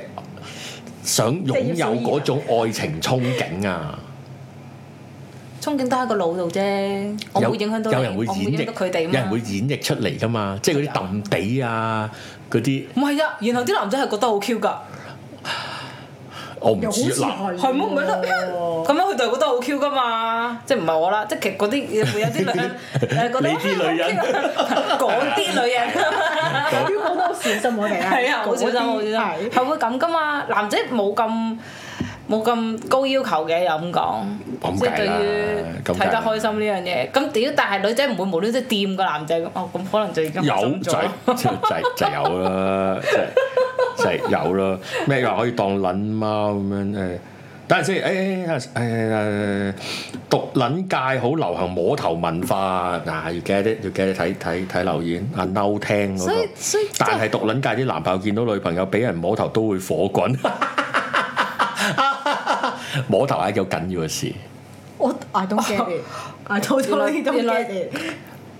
Speaker 1: 想擁有嗰種愛情憧憬啊！
Speaker 2: 憧憬都喺個腦度啫，我
Speaker 1: 有
Speaker 2: 冇影響到你
Speaker 1: 有人會
Speaker 2: 我冇影響
Speaker 1: 演繹
Speaker 2: 到佢哋
Speaker 1: 有
Speaker 2: 嘛。
Speaker 1: 人會演繹出嚟噶嘛？即係嗰啲揼地啊，嗰啲
Speaker 2: 唔係啊，然後啲男仔係覺得好 Q 㗎，
Speaker 1: 我唔
Speaker 3: 又好
Speaker 1: 知
Speaker 3: 似
Speaker 1: 嗱，
Speaker 3: 係
Speaker 2: 係咪唔係得？咁樣佢哋係覺得好 Q 㗎嘛，即係唔係我啦，即係其實嗰啲會有啲 女人誒覺得
Speaker 1: 你啲女人
Speaker 2: 嗰啲 女人
Speaker 3: 要講得好小心我哋啊！
Speaker 2: 係啊，好小心好小心，
Speaker 3: 係
Speaker 2: 係會咁㗎嘛，男仔冇咁。冇咁高要求嘅，又咁講，
Speaker 1: 咁
Speaker 2: 即係
Speaker 1: 梗係
Speaker 2: 對
Speaker 1: 啦
Speaker 2: 於
Speaker 1: 咁
Speaker 2: 睇得
Speaker 1: 梗係
Speaker 2: 開心呢樣嘢。咁屌，但係女仔唔會無端端掂個男仔咁，哦，咁可能就已經開
Speaker 1: 有
Speaker 2: 心
Speaker 1: 就
Speaker 2: 咗
Speaker 1: 係就係就係有啦，即係就係有啦。咩話可以當撚貓咁樣誒？等陣先，誒誒誒誒，獨撚界好流行摸頭文化，嗱要 get 啲要 get 睇睇睇留言，阿嬲聽嗰
Speaker 2: 所
Speaker 1: 個
Speaker 2: 以。所以即
Speaker 1: 但
Speaker 2: 係
Speaker 1: 係獨撚界啲男朋友見到女朋友俾人摸頭都會火滾， 摸頭係一件好緊要嘅事。
Speaker 3: 我 I don't get it，I totally don't
Speaker 2: 原來
Speaker 3: get it。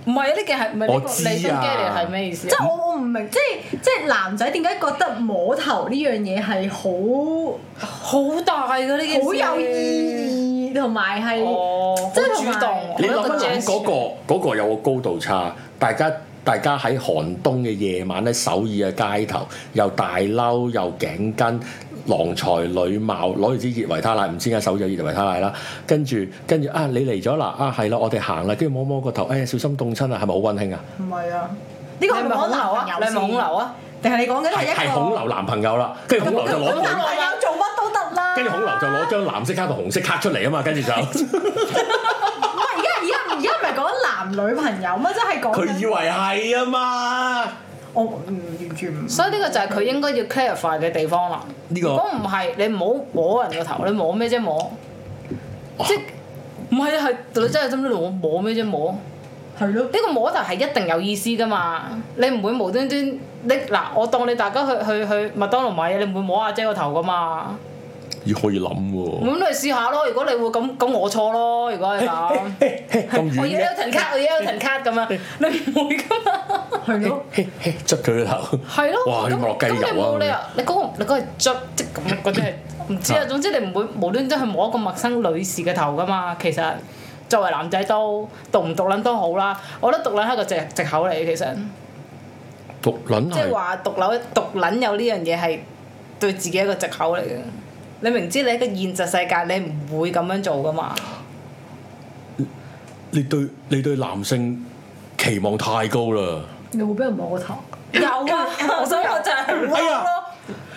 Speaker 2: 唔係啊！呢件係唔係
Speaker 1: 我
Speaker 2: 呢
Speaker 1: 知
Speaker 2: 個
Speaker 1: 啊
Speaker 2: 你想 get 係咩意思
Speaker 3: 即
Speaker 2: 啊？
Speaker 3: 係我我唔明，即係即係男仔點解覺得摸頭呢樣嘢係好
Speaker 2: 好大嘅呢件事，
Speaker 3: 好有意義，同埋係
Speaker 2: 哦，
Speaker 3: 即係
Speaker 2: 好
Speaker 3: 同埋
Speaker 2: 主動。
Speaker 1: 你
Speaker 2: 我
Speaker 1: 諗
Speaker 2: 覺得
Speaker 1: 一諗
Speaker 2: Jess-
Speaker 1: 嗰個嗰個有個高度差，大家大家喺寒冬嘅夜晚咧，首爾嘅街頭又大褸又頸巾。郎才女貌，攞住支熱維他奶，唔知點解手有熱維他奶啦。跟住跟住啊，你嚟咗啦，啊係啦，我哋行啦，跟住摸摸個頭，哎呀小心凍親啊，係咪好温馨啊？
Speaker 3: 唔係啊？呢個
Speaker 2: 你
Speaker 3: 係
Speaker 2: 係咪
Speaker 3: 咪
Speaker 2: 孔
Speaker 3: 講
Speaker 2: 劉
Speaker 3: 男
Speaker 2: 啊？
Speaker 3: 朋友
Speaker 2: 你係咪孔劉啊？
Speaker 3: 定係你講緊係
Speaker 1: 係
Speaker 3: 一個
Speaker 1: 係孔劉男朋友啦，跟住孔劉就攞
Speaker 3: 咁
Speaker 1: 本
Speaker 3: 男朋友做乜都得啦。
Speaker 1: 跟住孔劉就攞張藍色卡同紅色卡出嚟 啊嘛，跟住就
Speaker 3: 唔係而家而家而家唔係講男女朋友嘛，即係講
Speaker 1: 佢以
Speaker 3: 緊
Speaker 1: 為係啊嘛。
Speaker 3: 我嗯完全唔
Speaker 2: 所以呢個就係佢應該要 clarify 嘅地方啦。
Speaker 1: 呢個
Speaker 2: 如果唔係，你唔好摸人個頭，你摸咩啫摸？即唔係啊，係女仔係咁樣我摸咩啫摸？呢
Speaker 3: 係咯。
Speaker 2: 個摸頭係一定有意思噶嘛，你唔會無端端你嗱，我當你大家去去去麥當勞買嘢，你唔會摸阿姐個頭噶嘛？
Speaker 1: 要可以諗喎，
Speaker 2: 咁你試下咯，如果你會咁，咁我錯咯。如 果係咁，
Speaker 1: 咁
Speaker 2: 我要
Speaker 1: 遠
Speaker 2: Elton 卡，我要 Elton 卡咁 樣，你唔會噶嘛？
Speaker 3: 係咯，
Speaker 1: 嘅，捽佢個頭，
Speaker 2: 係咯，
Speaker 1: 哇
Speaker 2: 咁
Speaker 1: 要落雞
Speaker 2: 咁你
Speaker 1: 油
Speaker 2: 冇理由
Speaker 1: 啊！，
Speaker 2: 你嗰個你嗰個係捽即係咁嗰啲係 唔知啊。總之你唔會無端端去摸一個陌生女士嘅頭噶嘛。其實作為男仔都獨唔獨撚都好啦，我覺得獨撚係一個藉藉口嚟嘅，其實
Speaker 1: 毒撚
Speaker 2: 即係
Speaker 1: 嗯係
Speaker 2: 話獨撚獨撚有呢樣嘢係對自己一個藉口嚟嘅。你明知你喺個現實世界，你唔會咁樣做噶嘛。
Speaker 1: 你對你對男性期望太高啦。
Speaker 3: 你會俾人摸個頭？
Speaker 2: 有 啊，我想我就係唔
Speaker 1: 哎
Speaker 2: 嬲
Speaker 1: 呀
Speaker 2: 咯。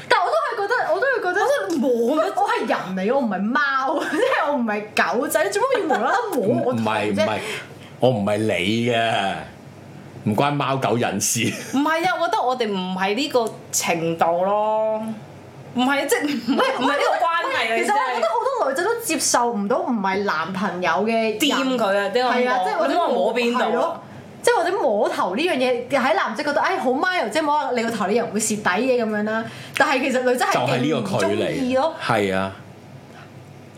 Speaker 3: 但我都係覺得，我都係覺得，我摸我係人嚟，我唔係貓， 即係我唔係狗仔，做乜要無啦啦摸
Speaker 1: 唔
Speaker 3: 我
Speaker 1: 唔
Speaker 3: 頭
Speaker 1: 係唔
Speaker 3: 啫？
Speaker 1: 係，我唔係你嘅，唔關貓狗人事。
Speaker 2: 唔係啊，我覺得我哋唔係呢個程度咯，唔係啊即係唔係唔係呢個關係啊，
Speaker 3: 其實我覺得好多女仔都接受唔到唔係男朋友嘅
Speaker 2: 真係掂佢啊，啲我
Speaker 3: 係啊，即係或
Speaker 2: 你
Speaker 3: 者
Speaker 2: 話摸邊
Speaker 3: 係
Speaker 2: 度
Speaker 3: 咯
Speaker 2: 啊？
Speaker 3: 即係或者摸頭呢樣嘢，喺男仔覺得誒好 mile，即係摸下你個頭，你又唔會蝕底嘅咁樣啦。但係其實女仔
Speaker 1: 就
Speaker 3: 係
Speaker 1: 係呢
Speaker 3: 勁
Speaker 1: 個
Speaker 3: 唔
Speaker 1: 距
Speaker 3: 中意
Speaker 1: 離
Speaker 3: 咯，，
Speaker 1: 係啊，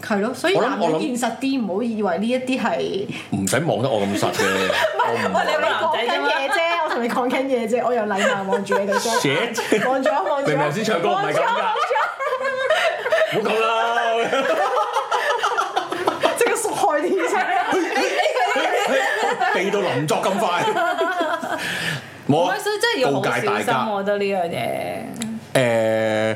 Speaker 3: 係咯。所以
Speaker 1: 我諗
Speaker 3: 男
Speaker 1: 我
Speaker 3: 人
Speaker 1: 諗
Speaker 3: 現實啲，唔好以為呢一啲係
Speaker 1: 唔使望得我咁實 嘅，哦我唔
Speaker 2: 我哋
Speaker 3: 我
Speaker 2: 男
Speaker 3: 講
Speaker 2: 仔
Speaker 3: 緊
Speaker 2: 啫嘛
Speaker 3: 嘢啫，我同你講緊嘢啫，我有禮貌望住你 哋啫，
Speaker 1: Shit
Speaker 3: 望住我望住
Speaker 1: 明明
Speaker 3: 我
Speaker 1: 頭。先唱歌唔係咁㗎，唔好咁啦。
Speaker 3: 即刻縮開啲 啫，
Speaker 1: 避到林作咁快，
Speaker 2: 唔
Speaker 1: 冇啊
Speaker 2: 係，所以真係要好
Speaker 1: 告
Speaker 2: 小
Speaker 1: 戒大
Speaker 2: 心，
Speaker 1: 家
Speaker 2: 我覺得呢樣
Speaker 1: 誒
Speaker 2: 嘢。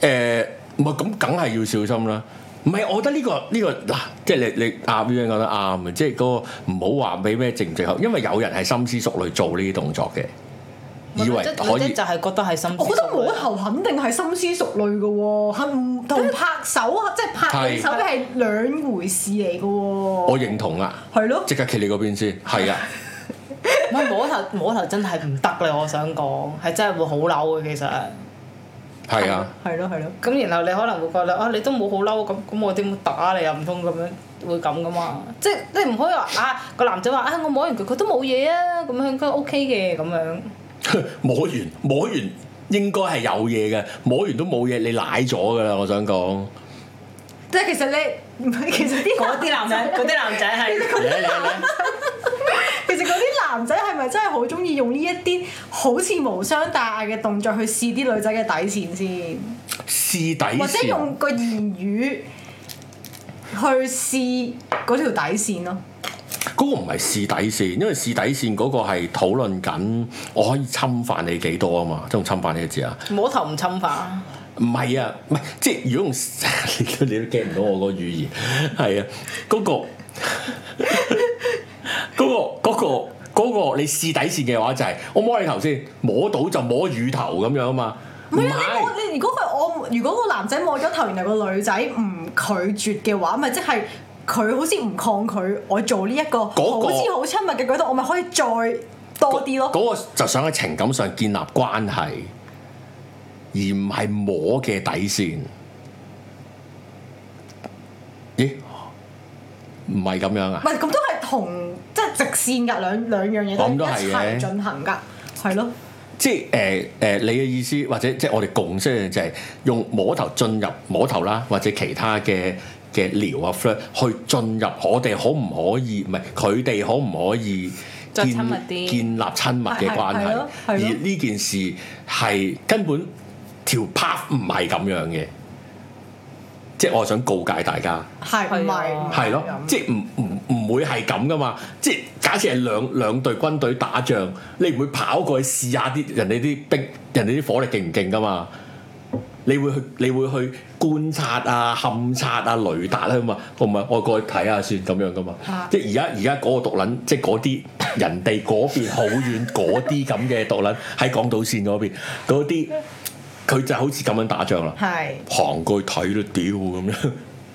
Speaker 1: 誒，唔係咁，梗係要小心啦。唔係，我覺得呢、個呢、個嗱，即係你你阿 V 講得啱嘅，即係嗰個唔好話俾咩藉唔藉口，因為有人係深思熟慮做呢啲動作嘅，以為可
Speaker 2: 女仔
Speaker 1: 以
Speaker 2: 就係覺得係心思
Speaker 3: 我覺得
Speaker 2: 熟慮
Speaker 3: 摸頭肯定係深思熟慮嘅喎，係唔同拍手啊即係拍你手臂係兩回事嚟嘅
Speaker 1: 我
Speaker 3: 喎。
Speaker 1: 認同啦，
Speaker 3: 係咯，
Speaker 1: 即刻企你嗰邊先，係啊，
Speaker 2: 唔係摸頭摸頭真係唔得啦，我想講係真係會好嬲嘅其實。
Speaker 1: 係啊，
Speaker 3: 係咯，係 咯。
Speaker 2: 咁然後你可能會覺得啊，你都冇好嬲咁，咁我點會打你啊？唔通咁樣會咁噶嘛？即係你唔可以話啊個男仔話啊，我摸完佢佢都冇嘢啊，咁樣佢 OK 嘅咁樣。
Speaker 1: 摸完摸完應該係有嘢嘅，摸完都冇嘢，你奶咗㗎啦，我想講。
Speaker 3: 即 係其實你唔係，其實啲
Speaker 2: 嗰啲男仔，嗰啲男仔係
Speaker 1: 嚟嚟嚟！
Speaker 3: 男仔係咪真係好中意用呢一啲好似無傷大雅嘅動作去試啲女仔嘅底線先，
Speaker 1: 試底
Speaker 3: 或者
Speaker 1: 線。
Speaker 3: 用個言語去試嗰條底線咯？
Speaker 1: 嗰個唔係試底線，因為試底線嗰個係討論緊我可以侵犯你幾多啊嘛，即係用侵犯呢個字啊？
Speaker 2: 摸頭唔侵犯，
Speaker 1: 唔係啊，唔係即係如果用 你都你都 get 唔到我個語言，係啊，嗰、個 嗰、個嗰、個嗰個你試底線嘅話就係、我摸你頭先，摸到就摸乳頭咁樣啊嘛，
Speaker 3: 唔係啊！你摸你如果佢我如果個男仔摸咗頭，然後個女仔唔拒絕嘅話，咪即係佢好似唔抗拒我做呢、一個
Speaker 1: 嗰個
Speaker 3: 好似好親密嘅舉動，我咪可以再多啲咯。
Speaker 1: 嗰個就想喺情感上建立關係，而唔係摸嘅底線。咦？唔係咁樣啊
Speaker 3: 唔？係咁都係同即係直線㗎，兩兩樣嘢
Speaker 1: 咁
Speaker 3: 都
Speaker 1: 都
Speaker 3: 係
Speaker 1: 係
Speaker 3: 一
Speaker 1: 嘅
Speaker 3: 齊進行㗎，係咯。
Speaker 1: 即係誒誒，你嘅意思或者即係我哋共識嘅就係用摸頭進入摸頭啦，或者其他嘅嘅聊啊 flirt 去進入我哋可唔可以？唔係佢哋可唔可以
Speaker 2: 再
Speaker 1: 建
Speaker 2: 親密啲
Speaker 1: 建立親密嘅關
Speaker 3: 係係係
Speaker 1: 係
Speaker 3: 咯？
Speaker 1: 而
Speaker 3: 係咯
Speaker 1: 呢件事係根本條 path 唔係咁樣嘅，即係我想告誡大家。
Speaker 3: 係唔係
Speaker 2: 係啊？
Speaker 1: 係咯，即係唔唔唔會係咁噶嘛。即係假設係兩兩隊軍隊打仗，你唔會跑過去試下啲人哋啲兵，人哋啲火力勁唔勁噶嘛？你會去，你會去觀察啊、勘察啊、雷達啊嘛，我唔係我過去睇下先咁樣噶嘛。
Speaker 2: 啊
Speaker 1: 即係而家而家嗰個獨撚，即係嗰啲人哋嗰邊好遠嗰啲咁嘅獨撚喺港島線嗰邊嗰啲，佢就好似咁樣打仗啦，
Speaker 3: 係
Speaker 1: 行過去睇都屌咁樣，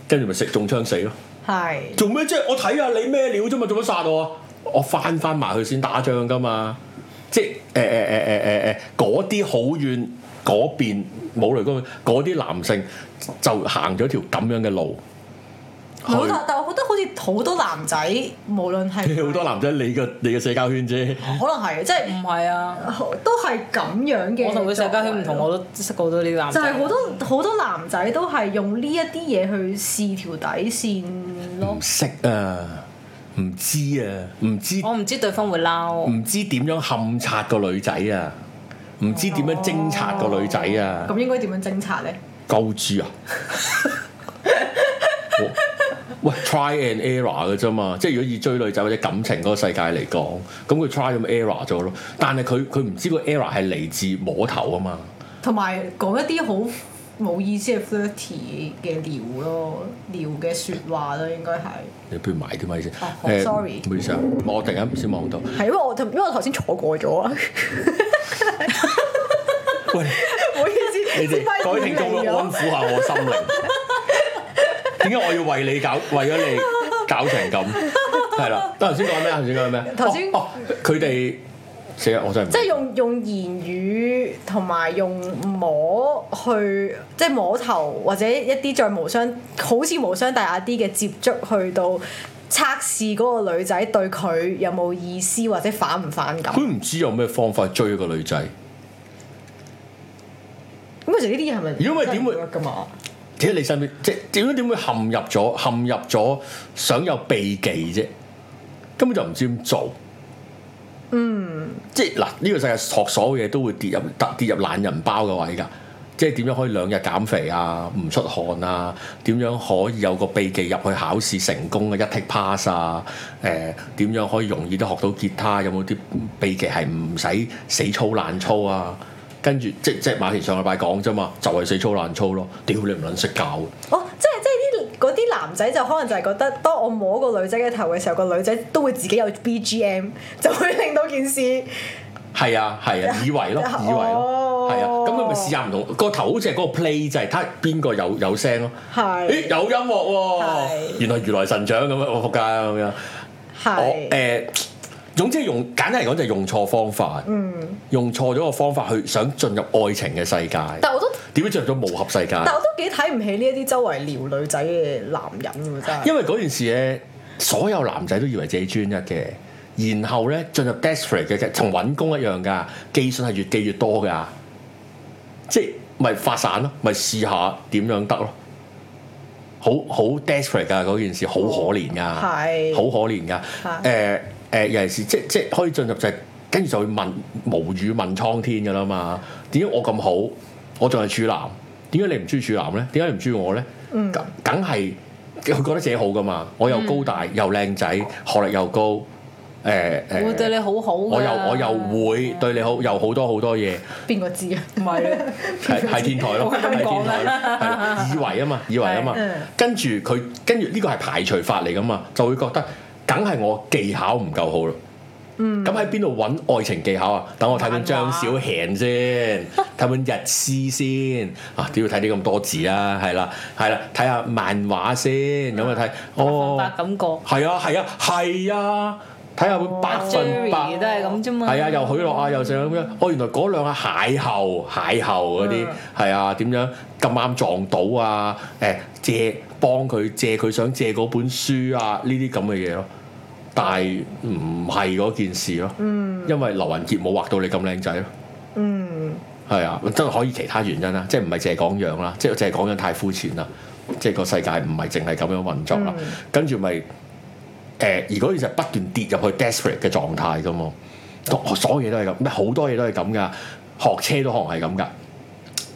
Speaker 1: 跟住咪食中槍死咯。
Speaker 3: 係
Speaker 1: 做咩啫？我睇下你咩料啫嘛，做乜殺我啊？我翻翻埋去先打仗噶嘛，即係誒誒誒誒誒誒嗰啲好遠嗰邊冇雷公嗰啲男性就行咗條咁樣嘅路。 去
Speaker 3: 老但但我覺得好似好多男仔，無論 係
Speaker 1: 好多男仔，你嘅你嘅社交圈啫，
Speaker 3: 可能係即係
Speaker 2: 唔係啊！
Speaker 3: 都係咁樣嘅。
Speaker 2: 我同佢社交圈唔同，我都識好多呢啲男
Speaker 3: 就
Speaker 2: 仔。
Speaker 3: 係好多好多男仔都係用呢一啲嘢去試條底線咯
Speaker 1: 唔。識啊，唔知啊，唔知
Speaker 2: 我唔知對方會嬲，
Speaker 1: 唔知點樣冚察個女仔啊，唔知點樣偵察個女仔啊。
Speaker 3: 咁應該點樣偵察咧？
Speaker 1: 鳩豬啊！ 我喂，try and error 嘅啫嘛，即係如果以追女仔或者感情嗰個世界嚟講，咁佢 try 咁 error 咗咯。但係佢佢唔知個 error 係嚟自摸頭啊嘛。
Speaker 3: 同埋講一啲好冇意思嘅 flirty 嘅聊咯，聊嘅説話咯，應該係
Speaker 1: 你不如埋啲咪先。
Speaker 3: 哦好 sorry
Speaker 1: 唔好意思啊，我突然間先望到。
Speaker 3: 係因為我因為我頭先錯過咗啊，
Speaker 1: 喂，
Speaker 3: 唔好意思，
Speaker 1: 你哋各位聽眾
Speaker 3: 嚟
Speaker 1: 安撫
Speaker 3: 咗。
Speaker 1: 下我心靈。點解我要為你搞，為咗你搞成咁？係啦，頭先講咩？頭先講咩？
Speaker 3: 頭先
Speaker 1: 哦，哦佢哋死啦！我真係唔
Speaker 3: 即係用用言語同埋用摸去，即係摸頭或者一啲再無傷，好似無傷大雅啲嘅接觸，去到測試嗰個女仔對佢有冇意思或者反唔反感。
Speaker 1: 佢唔知有咩方法追個女仔，
Speaker 3: 咁其實呢啲嘢係咪？
Speaker 1: 如果唔係點會
Speaker 3: 㗎嘛？
Speaker 1: 即係你身邊，即係點樣點會陷入咗陷入咗想有避忌啫，根本就唔知點做。嗯，即係嗱，呢、個世界學所有嘢都會跌入得跌入懶人包嘅位㗎。即係點樣可以兩日減肥啊，唔出汗啊？點樣可以有個秘技入去考試成功嘅一 take pass 啊？誒、點樣可以容易啲學到吉他？有冇啲秘技係唔使死操爛操啊？跟住即即係馬田上禮拜講啫嘛，就係、死操爛操咯。屌你唔撚識教，啊
Speaker 3: 哦，即係即係啲嗰啲男仔就可能就係覺得，當我摸個女仔嘅頭嘅時候，個女仔都會自己有 BGM，就會令到件事
Speaker 1: 係啊係啊，以為咯以為咯，係啊。咁佢咪試下唔同個頭好似係嗰個 play 就係睇下邊個有有聲咯。咦
Speaker 3: 係
Speaker 1: 有音樂喎、
Speaker 3: 係
Speaker 1: 原來如來神掌咁樣，我仆街啊咁樣。我誒、
Speaker 3: 係
Speaker 1: 總之用簡單嚟講就係用錯方法，
Speaker 3: 嗯。
Speaker 1: 用錯咗個方法去想進入愛情嘅世界，
Speaker 3: 但我都
Speaker 1: 點知進入咗武俠世界？
Speaker 3: 但我都幾睇唔起呢一啲周圍撩女仔嘅男人喎，真係。
Speaker 1: 因為嗰件事咧，所有男仔都以為自己專一嘅，然後咧進入 desperate 嘅，同揾工一樣㗎，寄信係越寄越多㗎，即係咪發散咯，咪試下點樣得咯。好好 desperate 㗎嗰件事，好可憐㗎，
Speaker 3: 係
Speaker 1: 好可憐㗎。誒、
Speaker 3: 係
Speaker 1: 誒尤其是即即可以進入就係跟住就會問無語問蒼天㗎啦嘛。點解我咁好，我仲係處男？點解你唔中意處男咧？點解你唔中意我咧？
Speaker 2: 嗯
Speaker 1: 梗梗係佢覺得自己好㗎嘛。我又高大又靚仔，學歷又高，誒、誒。
Speaker 2: 會對你好好㗎
Speaker 1: 我又我又會對你好，又好多好多嘢，
Speaker 3: 邊個知啊？
Speaker 2: 唔係啊
Speaker 1: 係係天台咯，
Speaker 2: 我係咁
Speaker 1: 係
Speaker 2: 講
Speaker 1: 天台咯，係以為啊嘛，以為啊嘛
Speaker 3: 啊係嗯，
Speaker 1: 跟住佢跟住呢個係排除法嚟噶嘛，就會覺得梗係我技巧唔夠好咯。
Speaker 3: 嗯
Speaker 1: 咁喺邊度揾愛情技巧啊？等我睇本張小嫻先，睇本日詩先，啊都要睇啲咁多字啦，係啦，係啦，睇下漫畫先，咁啊睇
Speaker 2: 百分
Speaker 1: 哦
Speaker 2: 百，感覺。
Speaker 1: 係啊係啊係啊，睇下
Speaker 3: 哦
Speaker 1: 本百分
Speaker 2: Jerry
Speaker 1: 百
Speaker 2: 都。係咁啫嘛。
Speaker 1: 係啊，又許諾啊，又成咁樣。哦，原來嗰兩下邂逅、邂逅嗰啲
Speaker 2: 嗯
Speaker 1: 係啊，點樣咁啱撞到啊？誒、借幫佢借佢想借嗰本書啊，呢啲咁嘅嘢咯。但係唔係嗰件事咯，
Speaker 2: 嗯
Speaker 1: 因為劉雲傑冇畫到你咁靚仔咯。
Speaker 3: 嗯，
Speaker 1: 係啊，真係可以其他原因啦，即係唔係淨係講樣啦，即係淨係講樣太膚淺啦，即係個世界唔係淨係咁樣運作啦，
Speaker 2: 嗯
Speaker 1: 跟住咪誒，而嗰件事係不斷跌入去 desperate 嘅狀態噶嘛，所所有嘢都係咁，咩好多嘢都係咁噶，學車都可能係咁噶，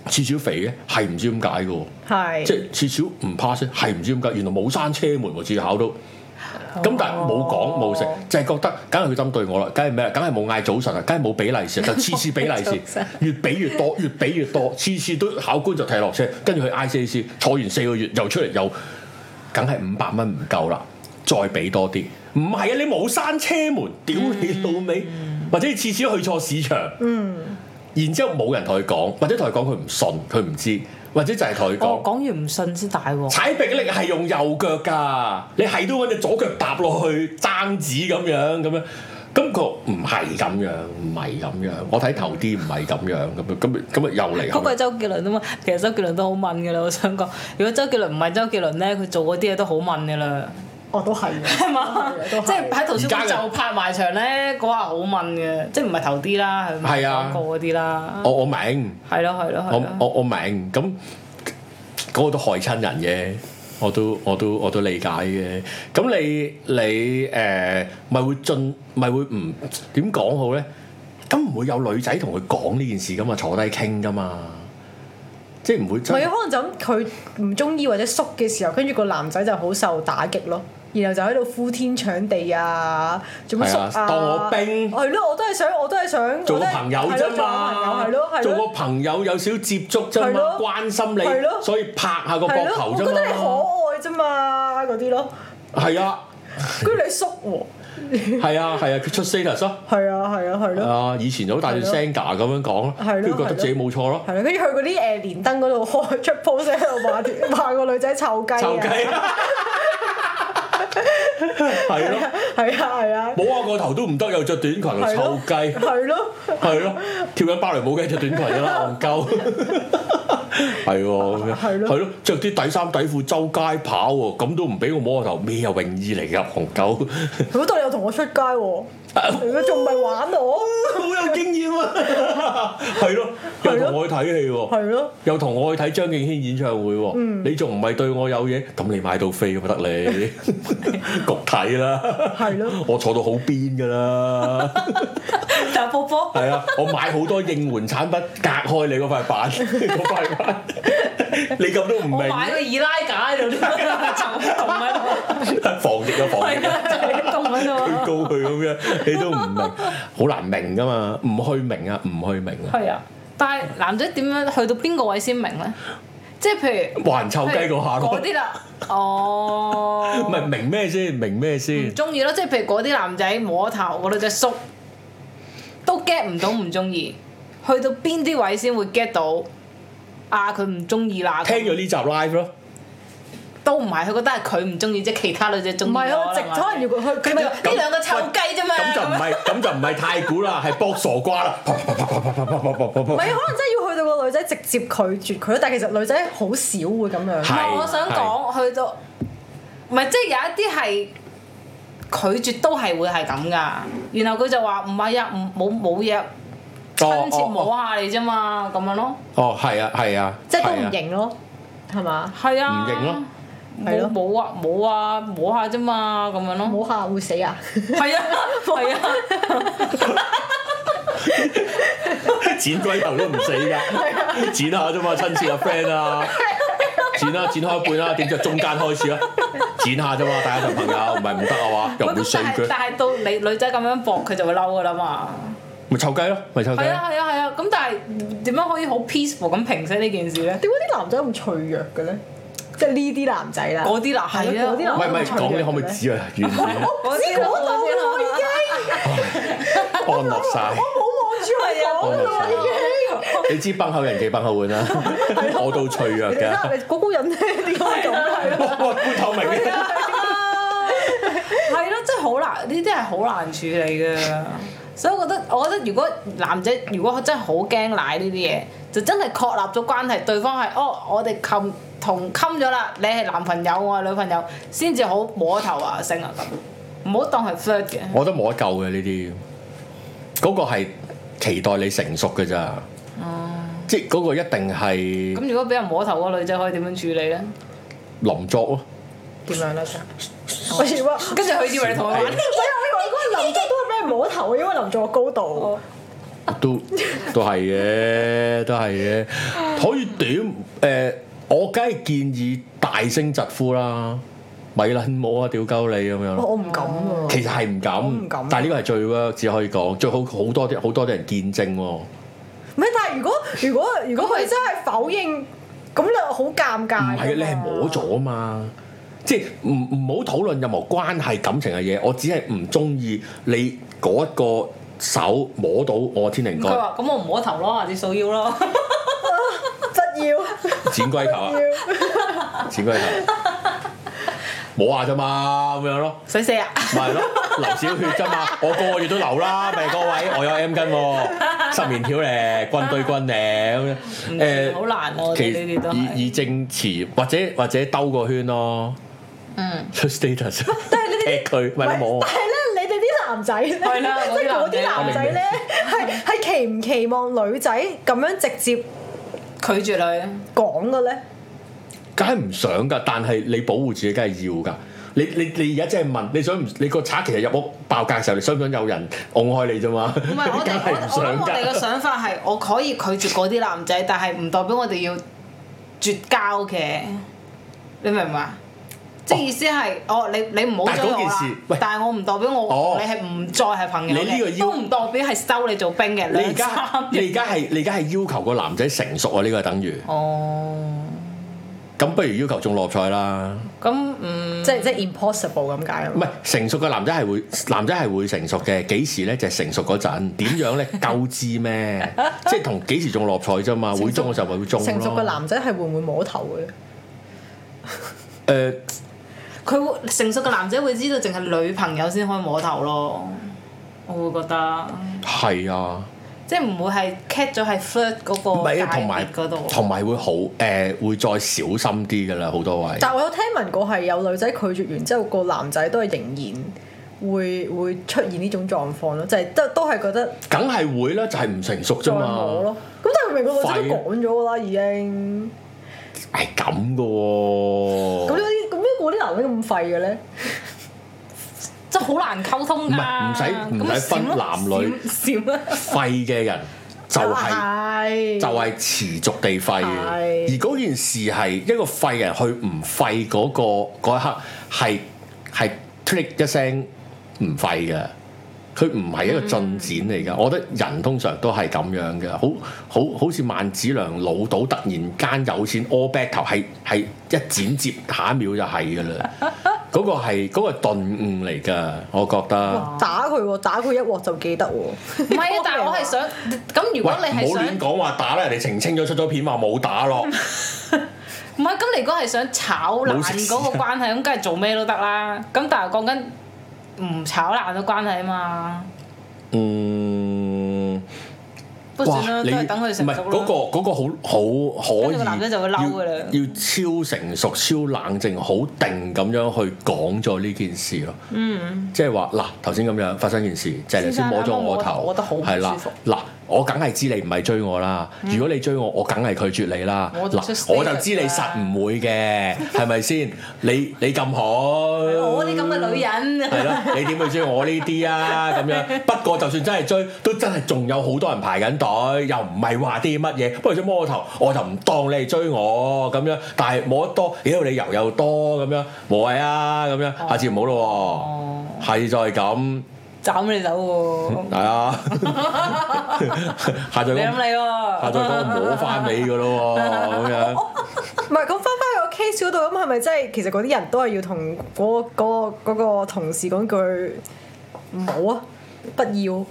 Speaker 1: 次少肥嘅係唔知點解嘅喎。
Speaker 3: 係
Speaker 1: 即係至少唔 pass 係唔知點解，原來冇閂車門喎，至考到。咁但係冇講冇
Speaker 2: 哦
Speaker 1: 成，就係覺得梗係佢針對我啦，梗係咩啦？梗係冇嗌早晨啊，梗係冇俾利是 啊，就次次俾利
Speaker 2: 早
Speaker 1: 是
Speaker 2: 晨，
Speaker 1: 越俾越多，越俾越多，次次都考官就踢落車，跟住去 ICAC 坐完四個月又出嚟又，梗係五百蚊唔夠啦，再俾多啲。唔係啊，你冇閂車門，屌
Speaker 2: 嗯
Speaker 1: 你老味，或者你次次都去錯市場，然之後冇人同佢講，或者同佢講佢唔信，佢唔知，或者就係同佢講
Speaker 2: 我。講完唔信先大喎。
Speaker 1: 踩迫力係用右腳㗎，你係都揾隻左腳踏落去爭子咁樣咁樣，咁佢話唔係咁樣，唔係咁樣，我睇頭啲唔係咁樣咁樣，咁咁啊又嚟
Speaker 2: 嗰個係
Speaker 1: 口
Speaker 2: 周杰倫啊嘛，其實周杰倫都好問㗎啦，我想講，如果周杰倫唔係周杰倫咧，佢做嗰啲嘢都好問㗎啦，
Speaker 3: 我哦都係嘅，
Speaker 2: 係嘛？
Speaker 3: 都係
Speaker 2: 即係喺圖書
Speaker 1: 啊而
Speaker 2: 館
Speaker 1: 家嘅
Speaker 2: 就拍埋場咧，嗰下好問嘅，即係唔係頭啲啦，係咪
Speaker 1: 係啊
Speaker 2: 廣告嗰啲啦，
Speaker 1: 我我明，
Speaker 2: 係咯係咯係啊
Speaker 1: 我
Speaker 2: 咯，
Speaker 1: 我我明，咁嗰個都害親人嘅。我都我都我都理解嘅，咁你你誒咪、會進咪會唔點講好咧？咁唔會有女仔同佢講呢件事噶嘛，坐低傾噶嘛，即係唔會
Speaker 3: 唔
Speaker 1: 真係
Speaker 3: 係啊？可能就咁佢唔中意或者縮嘅時候，跟住個男仔就好受打擊咯。然後就喺度呼天搶地啊，做乜縮
Speaker 1: 係啊
Speaker 3: 啊？
Speaker 1: 當我兵
Speaker 3: 係咯，我都係想，我都係想
Speaker 1: 做個
Speaker 3: 我都係
Speaker 1: 朋友
Speaker 3: 係咯
Speaker 1: 啫嘛，
Speaker 3: 做個朋友係咯，係
Speaker 1: 做個
Speaker 3: 咯，
Speaker 1: 朋友有少少接觸啫
Speaker 3: 係
Speaker 1: 嘛，
Speaker 3: 咯
Speaker 1: 關心
Speaker 3: 係
Speaker 1: 你，
Speaker 3: 咯
Speaker 1: 所以拍下個膊
Speaker 3: 係咯
Speaker 1: 頭
Speaker 3: 我
Speaker 1: 啫
Speaker 3: 覺得你可
Speaker 1: 嘛，
Speaker 3: 愛啫嘛，嗰 啲咯，
Speaker 1: 係啊，
Speaker 3: 跟住你縮喎，
Speaker 1: 係啊，係啊，佢出 status 咯，
Speaker 3: 係啊，係啊，係咯。
Speaker 1: 啊，以前就好大段
Speaker 3: 係咯
Speaker 1: Senga 咁樣講咯，
Speaker 3: 係咯
Speaker 1: 跟住覺得自己冇錯咯，
Speaker 3: 係啦，跟住去嗰啲誒連登嗰度開出 post 喺度話 啲話個女仔臭雞啊，
Speaker 1: 臭雞， 係咯，
Speaker 3: 係啊係啊，
Speaker 1: 摸下個頭都唔得，又着短裙，
Speaker 3: 係
Speaker 1: 臭
Speaker 3: 咯
Speaker 1: 雞。
Speaker 3: 係咯，
Speaker 1: 係咯，跳緊芭蕾舞嘅着短裙㗎 啦，戇鳩。係喎，咁樣
Speaker 3: 係咯
Speaker 1: 係咯，着啲底衫底褲周街跑喎，咁都唔俾我摸個頭，咩啊泳衣嚟㗎，戇鳩，
Speaker 3: 佢當你又同我出街喎，你仲唔係玩我？
Speaker 1: 好有經驗啊！ 係咯，又同我去睇戲喎，
Speaker 3: 係咯，
Speaker 1: 又同我去睇張敬軒演唱會喎，你仲唔係對我有嘢？咁你買到飛咁得你， 焗睇啦，
Speaker 3: 係咯，
Speaker 1: 我坐到好邊㗎啦。
Speaker 2: 但波波
Speaker 1: 係啊，我買好多應援產品，隔開你嗰塊 板，嗰塊板，你咁都唔
Speaker 2: 我
Speaker 1: 明，
Speaker 2: 買個易拉架 喺度，就咁凍喺度，
Speaker 1: 防疫啊防疫
Speaker 2: 係
Speaker 1: 啊，
Speaker 2: 啊，就咁凍喺
Speaker 1: 佢
Speaker 2: 度，
Speaker 1: 告佢咁樣，你都唔明，好難明噶嘛，唔去明啊，唔去明啊，
Speaker 2: 係啊，但係男仔點樣去到邊個位先明咧？即係譬 如。
Speaker 1: 還臭雞嗰下咯
Speaker 2: 嗰，啲啦，哦，
Speaker 1: 唔係明咩先，明咩先
Speaker 2: 唔，中意咯，即係譬如嗰啲男仔摸頭，個女仔縮，都 get 唔到唔中意，去到邊啲位先會 get 到啊佢唔中意啦，
Speaker 1: 聽咗呢集 live 咯，
Speaker 2: 都唔係，佢覺得係佢唔中意，即係其他女仔中
Speaker 3: 唔
Speaker 2: 意
Speaker 3: 係
Speaker 2: 我
Speaker 3: 啊，直
Speaker 2: 啦嘛
Speaker 3: 可能要佢佢
Speaker 2: 佢就
Speaker 3: 咪
Speaker 2: 呢兩個臭雞啫嘛，
Speaker 1: 咁就唔係，咁就唔係太古啦，係搏傻瓜啦，啪啪啪啪啪啪啪啪啪
Speaker 3: 唔
Speaker 1: 啪
Speaker 3: 係啊可能真係要去到個女仔直接拒絕佢咯，但係其實女仔好少會咁樣，
Speaker 1: 係
Speaker 2: 我想講去到，唔係即係有一啲係拒絕都係會係咁噶，然後佢就話唔係啊，唔冇冇嘢，
Speaker 1: 哦
Speaker 2: 親切啊摸
Speaker 1: 哦
Speaker 2: 下你啫嘛，咁樣咯，
Speaker 1: 哦，係啊係啊，
Speaker 3: 即係都唔
Speaker 1: 係啊
Speaker 3: 認咯，係嘛？
Speaker 2: 係
Speaker 1: 唔
Speaker 2: 啊，
Speaker 1: 認咯，
Speaker 3: 係
Speaker 2: 冇
Speaker 3: 咯
Speaker 2: 冇啊冇啊摸下啫嘛咁樣咯，
Speaker 3: 摸下會死啊！
Speaker 2: 係 啊係啊，
Speaker 1: 剪龜頭都唔死
Speaker 2: 啊
Speaker 1: 㗎，剪下啫嘛，親切啊 friend 啊，剪啦，剪開一半啦，點知中間開始啦，啊剪下啫嘛，大家做朋友唔係唔得啊嘛，又唔
Speaker 2: 喂
Speaker 1: 會
Speaker 2: 咁
Speaker 1: 死
Speaker 2: 但係
Speaker 1: 佢，
Speaker 2: 但係到你女仔咁樣搏佢就會嬲㗎啦嘛。
Speaker 1: 咪臭雞咯，咪臭雞
Speaker 2: 係
Speaker 1: 咯，
Speaker 2: 啊係啊係啊，咁但係點樣可以好 peaceful 咁平息呢件事咧？
Speaker 3: 點解啲男仔咁脆弱嘅咧？即係呢啲男仔啦，
Speaker 2: 嗰啲啦，係啊，
Speaker 3: 嗰啲啦
Speaker 1: 唔係唔係
Speaker 3: 咁脆弱
Speaker 1: 講你可唔可以
Speaker 3: 嘅咩
Speaker 1: 指啊？完全
Speaker 2: 嗰
Speaker 3: 知啊
Speaker 2: 啲啦
Speaker 3: 嗰度㗎啦我已經，
Speaker 1: 安樂晒。
Speaker 3: 我冇望住佢講㗎啊啦我已經。
Speaker 1: 你知崩口人忌崩口碗啦，
Speaker 2: 啊
Speaker 1: 我到脆弱
Speaker 3: 你睇
Speaker 1: 㗎
Speaker 3: 下，你嗰個人咧點解會咁係啊咯？
Speaker 1: 哇哇半透明嘅。
Speaker 2: 係咯，真係好難，呢啲係好難處理嘅。所以我覺得，我覺得如果男仔如果真係好驚奶呢啲嘢，就真係確立咗關係，對方係哦，我哋冚同冚咗啦，你係男朋友，我係女朋友，先至好摸頭啊、性啊咁，唔好當係 flirt 嘅。
Speaker 1: 我覺得冇得救嘅呢啲，嗰、個係期待你成熟嘅咋。
Speaker 2: 哦
Speaker 1: 即係嗰個一定係
Speaker 2: 咁如果俾人摸頭嗰個女仔可以點樣處理咧？
Speaker 1: 林作咯，
Speaker 3: 點樣咧？我以為我
Speaker 2: 跟住佢以為你同佢玩，
Speaker 3: 以為嗰個林作都係俾人摸頭嘅，因為林作高
Speaker 1: 哦
Speaker 3: 度。
Speaker 1: 都都係嘅，都係嘅。可以點？誒、我梗係建議大聲疾呼啦，咪撚冇啊，屌鳩你咁樣
Speaker 3: 我
Speaker 1: 咯。
Speaker 3: 我唔敢啊！
Speaker 1: 其實係唔
Speaker 3: 唔
Speaker 1: 敢
Speaker 3: 敢，
Speaker 1: 但係呢個係最 work 只可以講，最好好多啲好多啲人見證喎。
Speaker 3: 唔係，但係如果如果如果佢真係否認，咁你好尷尬㗎
Speaker 1: 唔
Speaker 3: 嘛。
Speaker 1: 係嘅，你係摸咗啊嘛。即係唔唔好討論任何關係感情嘅嘢，我只係唔中意你嗰一個手摸到我天靈
Speaker 2: 佢
Speaker 1: 蓋，
Speaker 2: 話：咁我唔摸頭咯，或者掃腰咯。
Speaker 3: 不要
Speaker 1: 啊剪龜頭
Speaker 3: 不要。
Speaker 1: 啊，剪龜頭，摸下啫嘛，咁樣咯，
Speaker 2: 水死啊！
Speaker 1: 咪係咯，流少血啫嘛，我個個月都流啦，咪各位，我有 M 巾喎，十年條咧，軍對軍咧，咁樣
Speaker 2: 唔
Speaker 1: 誒
Speaker 2: 知好難啊！我
Speaker 1: 其
Speaker 2: 哋呢啲都
Speaker 1: 以以
Speaker 2: 係。
Speaker 1: 正詞或者或者兜個圈咯，
Speaker 2: 嗯，
Speaker 1: 出 status，
Speaker 3: 但係你
Speaker 1: 踢佢，咪
Speaker 3: 喂
Speaker 1: 你摸啊我
Speaker 3: 但。係咧，你哋啲男仔咧，
Speaker 2: 係啦
Speaker 3: 即係
Speaker 2: 我
Speaker 3: 嗰
Speaker 2: 啲
Speaker 3: 啲
Speaker 2: 男
Speaker 3: 男
Speaker 1: 仔
Speaker 3: 仔咧，係係期唔期望女仔咁樣直接
Speaker 2: 拒絕你。
Speaker 3: 講嘅咧？
Speaker 1: 梗係唔想噶，但係你保護自己梗係要噶。你你你而家真係問，你想唔？你個賊其實入屋爆格嘅時候，你想唔想有人拱開你啫嘛？
Speaker 2: 唔 係我哋
Speaker 1: 梗係
Speaker 2: 我
Speaker 1: 唔
Speaker 2: 我諗
Speaker 1: 想
Speaker 2: 我哋嘅
Speaker 1: 㗎。
Speaker 2: 想法係，我可以拒絕嗰啲男仔，但係唔代表我哋要絕交嘅，你明唔明啊？即係意思係，哦，你你唔好
Speaker 1: 但係
Speaker 2: 追
Speaker 1: 嗰
Speaker 2: 我
Speaker 1: 件
Speaker 2: 啦
Speaker 1: 事喂，
Speaker 2: 但係我唔代表
Speaker 1: 哦
Speaker 2: 我同你係唔再係朋友
Speaker 1: 你呢個
Speaker 2: 嘅，
Speaker 1: 要
Speaker 2: 都唔代表係收你做兵嘅。
Speaker 1: 你而
Speaker 2: 兩三
Speaker 1: 家你而家係你而家係要求個男仔成熟啊？呢個係等於
Speaker 2: 哦，
Speaker 1: 咁，不如要求中六合彩啦。
Speaker 2: 咁嗯，
Speaker 3: 即係即係 impossible 咁解啊
Speaker 1: 唔係成熟嘅男仔係會男仔係會成熟嘅，幾時咧就係、成熟嗰陣。點樣 咧夠知咩？即係同幾時中六合彩啫嘛？會中嘅時候咪會中咯。
Speaker 3: 成熟嘅男仔係會唔會摸頭嘅咧？
Speaker 1: 誒
Speaker 2: 佢會成熟嘅男仔會知道，淨係女朋友先可以摸頭咯。我會覺得，
Speaker 1: 係、啊。
Speaker 2: 即係唔會係 cat 咗喺 flirt 嗰
Speaker 3: 哦
Speaker 1: 唔
Speaker 2: 個界
Speaker 1: 係啊，同埋
Speaker 2: 別嗰度。
Speaker 1: 同埋會好誒、會再小心啲噶啦，好多位。
Speaker 3: 但我有聽聞過係有女仔拒絕完之後，個男仔都係仍然會會出現呢種狀況咯，就係都都係覺得
Speaker 1: 梗係會啦，就係、唔成熟
Speaker 3: 再
Speaker 1: 啫
Speaker 3: 摸
Speaker 1: 嘛。
Speaker 3: 咯。咁但係明明個女仔
Speaker 1: 廢
Speaker 3: 都講咗㗎啦，已經
Speaker 1: 係咁
Speaker 3: 咁
Speaker 1: 噶
Speaker 3: 呢
Speaker 1: 喎。
Speaker 3: 啲咁呢個啲男人咁廢嘅咧？
Speaker 2: 真係好難溝通
Speaker 1: 唔
Speaker 2: 㗎。啊
Speaker 1: 係唔使唔使分男女
Speaker 2: 少啦。
Speaker 1: 廢嘅人就係、
Speaker 3: 啊係
Speaker 1: 就係持續地廢嘅，
Speaker 3: 係
Speaker 1: 而嗰件事係一個廢嘅人去唔廢嗰、個嗰一刻係係 click 一聲唔廢嘅，佢唔係一個進展嚟㗎。
Speaker 2: 嗯
Speaker 1: 我覺得人通常都係咁樣嘅，好好好似萬子良老到突然間有錢 all back 頭，係係一剪接下一秒就係㗎啦。 嗰個係嗰、個頓悟嚟㗎，我覺得。
Speaker 3: 打佢喎，打佢一鑊就記得喎。
Speaker 2: 唔係 啊，但係我係想咁，如
Speaker 1: 喂，
Speaker 2: 果
Speaker 1: 唔
Speaker 2: 你係
Speaker 1: 好
Speaker 2: 想
Speaker 1: 亂講話打啦，人哋澄清咗出咗片話冇打咯。
Speaker 2: 唔係咁，你如果係想炒爛嗰個關係，咁梗係做咩都得啦。咁但係講緊唔炒爛嘅關係啊嘛，
Speaker 1: 嗯，
Speaker 2: 不過算啦，都係等佢
Speaker 1: 唔
Speaker 2: 成
Speaker 1: 係
Speaker 2: 熟
Speaker 1: 嗰個
Speaker 2: 咯。
Speaker 1: 嗰個好好可以，
Speaker 2: 跟住個男仔就會嬲㗎啦
Speaker 1: 要要超成熟、超冷靜、好定咁樣去講咗呢件事咯。嗯，即係話嗱，頭先咁樣發生件事，就係你先摸咗我
Speaker 2: 先生啱啱摸
Speaker 1: 頭，
Speaker 2: 我覺得好唔
Speaker 1: 係啦
Speaker 2: 舒服。嗯
Speaker 1: 嗱，我梗係知你唔係追我啦。如果你追我，我梗係拒絕你啦。
Speaker 2: 我就出
Speaker 1: 嗱，我就
Speaker 2: status
Speaker 1: 知你實唔會嘅，係咪先？你你咁好，
Speaker 2: 我啲咁嘅女人，
Speaker 1: 係咯，你點會追我呢啲啊？咁樣，不過就算真係追，都真係仲有好多人排緊隊，又唔係話啲乜嘢。不過想摸我頭，我就唔當你係追我咁樣，但係摸得多，屌你油又多咁樣，冇謂啊咁樣，下次唔好咯
Speaker 2: 哦，
Speaker 1: 喎，係就係咁，
Speaker 2: 斬你手 喎！
Speaker 1: 係啊，下次
Speaker 2: 你
Speaker 1: 講
Speaker 2: 諗你喎，
Speaker 1: 下次講摸翻你噶咯喎，咁樣。
Speaker 3: 唔係咁翻翻去個 case 嗰度，咁係咪真係其實嗰啲人都係要同嗰嗰個嗰個同事講句唔好啊，不要。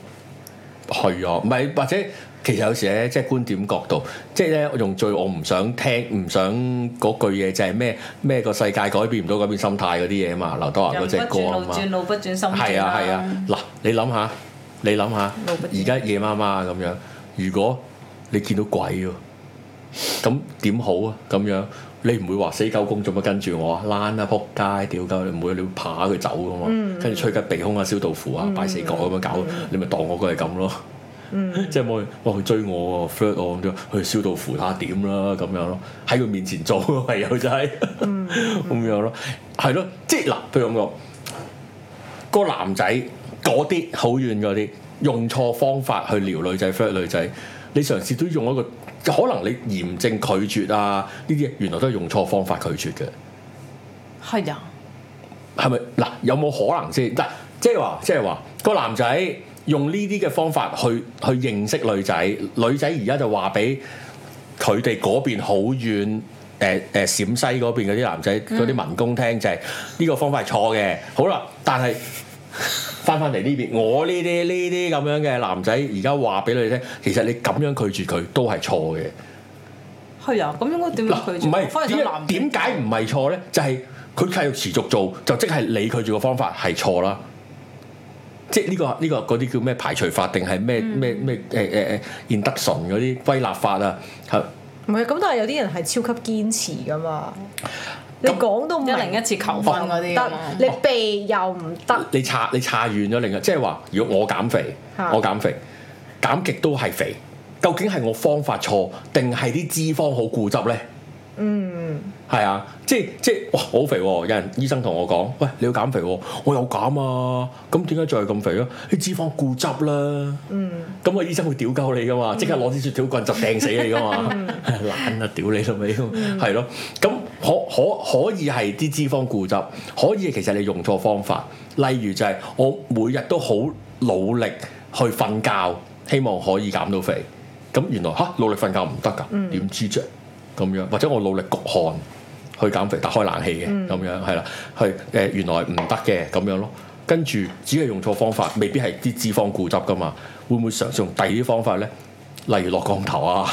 Speaker 1: 係啊，唔係或者其實有時咧，即係觀點角度，即係咧，我用最我唔想聽、唔想嗰句嘢就係咩咩個世界改變唔到改變心態嗰啲嘢啊嘛，劉德華嗰
Speaker 2: 人
Speaker 1: 隻
Speaker 2: 不
Speaker 1: 歌
Speaker 2: 轉
Speaker 1: 啊
Speaker 2: 路
Speaker 1: 嘛，
Speaker 2: 轉路不轉心轉
Speaker 1: 係啊係啊，嗱你諗下，你諗下
Speaker 2: 路不，轉
Speaker 1: 而家夜媽媽咁樣，如果你見到鬼喎，咁點好啊？咁樣你唔會話死狗公做乜跟住我啊？躝啊撲街，屌鳩你唔會，你會爬佢走噶嘛？
Speaker 2: 嗯
Speaker 1: 跟住吹吉鼻空啊、燒豆腐啊、拜四角咁樣搞，你咪當我佢係咁咯。
Speaker 2: 嗯
Speaker 1: 即係冇哇佢追我喎，flirt 我咁樣，去燒到扶他點啦咁樣咯，喺佢面前做咯，唯有就係
Speaker 2: 嗯
Speaker 1: 咁樣咯，係咯，即係嗱，譬如咁講，個男仔嗰啲好遠嗰啲，用錯方法去撩女仔 flirt 女仔，你嘗試都用一個可能你嚴正拒絕啊呢啲嘢，原來都係用錯方法拒絕嘅。
Speaker 2: 係啊，
Speaker 1: 係咪嗱？有冇可能先？嗱，即係話，即係話個男仔用呢啲嘅方法去去認識女仔，女仔而家就話俾佢哋嗰邊好遠。誒誒、陝西嗰邊嗰啲男仔嗰啲民工聽就係、呢個方法係錯嘅，好啦，但係翻翻嚟呢邊，我呢啲呢啲咁樣嘅男仔而家話俾你聽，其實你咁樣拒絕佢都係錯嘅。
Speaker 2: 係啊，咁應該點
Speaker 1: 嗱，
Speaker 2: 樣拒
Speaker 1: 唔
Speaker 2: 絕？
Speaker 1: 係
Speaker 2: 翻嚟
Speaker 1: 點解
Speaker 2: 就男
Speaker 1: 點解唔係錯咧？就係佢繼續持續做，就即係你拒絕嘅方法係錯啦。即係呢、個呢、個嗰啲叫咩排除法定係咩咩咩誒誒誒 induction 嗰啲歸納法啊？係
Speaker 3: 唔係咁，但係有啲人係超級堅持噶嘛。你
Speaker 1: 咁
Speaker 3: 講到明
Speaker 2: 一零一次求婚嗰啲
Speaker 3: 得
Speaker 2: 啊
Speaker 1: 哦
Speaker 2: 嘛，
Speaker 3: 你避又唔得，
Speaker 1: 你差你差遠咗另一，即係話如果我減肥，
Speaker 3: 嚇
Speaker 1: 我減肥減極都係肥，究竟係我方法錯定係啲脂肪好固執咧？
Speaker 3: 嗯，
Speaker 1: 係啊，即係即係哇，我好肥喎、有人醫生同我講：，喂，你要減肥喎、我有減啊，咁點解仲係咁肥咯？啲脂肪固執啦。嗯。咁個醫生會屌鳩你噶嘛，即刻攞支雪條棍就掟死你噶嘛， 懶啊，屌你老味，係咯。咁可可可以係啲脂肪固執，可以其實你用錯方法。例如就係我每日都好努力去瞓覺，希望可以減到肥。咁原來吓努力瞓覺唔得㗎，點知啫？咁樣，或者我努力焗汗去減肥，但開冷氣嘅咁樣，係啦，係誒、原來唔得嘅咁樣咯。跟住只係用錯方法，未必係啲脂肪固執噶嘛。會唔會嘗試用第二啲方法咧？例如落降頭啊，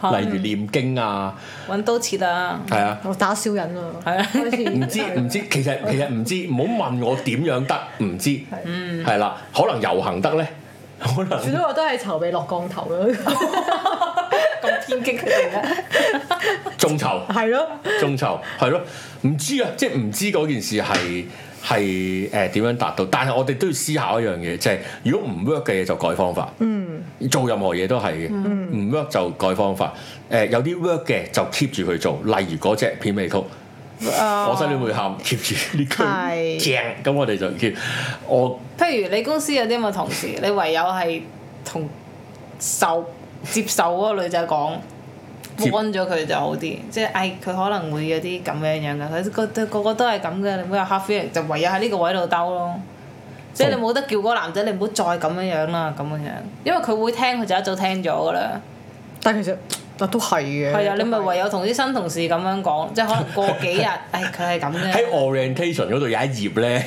Speaker 2: 係
Speaker 1: 例如念經啊，
Speaker 2: 揾刀切啊，
Speaker 1: 係啊。
Speaker 3: 我打小人啊，
Speaker 2: 係啊
Speaker 3: 開始
Speaker 1: 唔知
Speaker 3: 嗯
Speaker 1: 唔知，其實其實唔知，唔好問我點樣得，唔知，係啦，可能遊行得咧，可能
Speaker 3: 最多我都係籌備落降頭啊啦，
Speaker 2: 咁偏激佢哋咧，
Speaker 1: 眾籌。
Speaker 3: 係咯，
Speaker 1: 眾籌係咯，唔知啊，即係唔知嗰件事係係誒點樣達到，但係我哋都要思考一樣嘢，就係、如果唔 work 嘅嘢就改方法，
Speaker 3: 嗯，
Speaker 1: 做任何嘢都係嘅，唔 work 就改方法，誒、有啲 work 嘅就 keep 住佢做，例如嗰只片尾
Speaker 3: 哦
Speaker 1: 曲。我
Speaker 3: 我
Speaker 1: 失戀會喊，keep 住呢
Speaker 3: 係
Speaker 1: 句正，咁我哋就 keep。我
Speaker 2: 譬如你公司有啲咁嘅同事，你唯有係同受接受嗰個女仔講。
Speaker 1: 接
Speaker 2: 安咗佢就好啲，即係唉，佢可能會有啲咁樣樣嘅，佢個個個都係咁嘅，你唔好有 hard feeling，就唯有喺呢個位度兜咯。即係你冇得叫嗰個男仔，你唔好再咁樣樣啦，咁樣樣，因為佢會聽，佢就一早聽咗噶啦。
Speaker 3: 但係其實啊都係嘅，
Speaker 2: 係啊，你咪唯有同啲新同事咁樣講，即係可能過幾日，唉，佢係咁
Speaker 1: 喺
Speaker 2: 嘅，
Speaker 1: orientation 嗰度有一頁咧，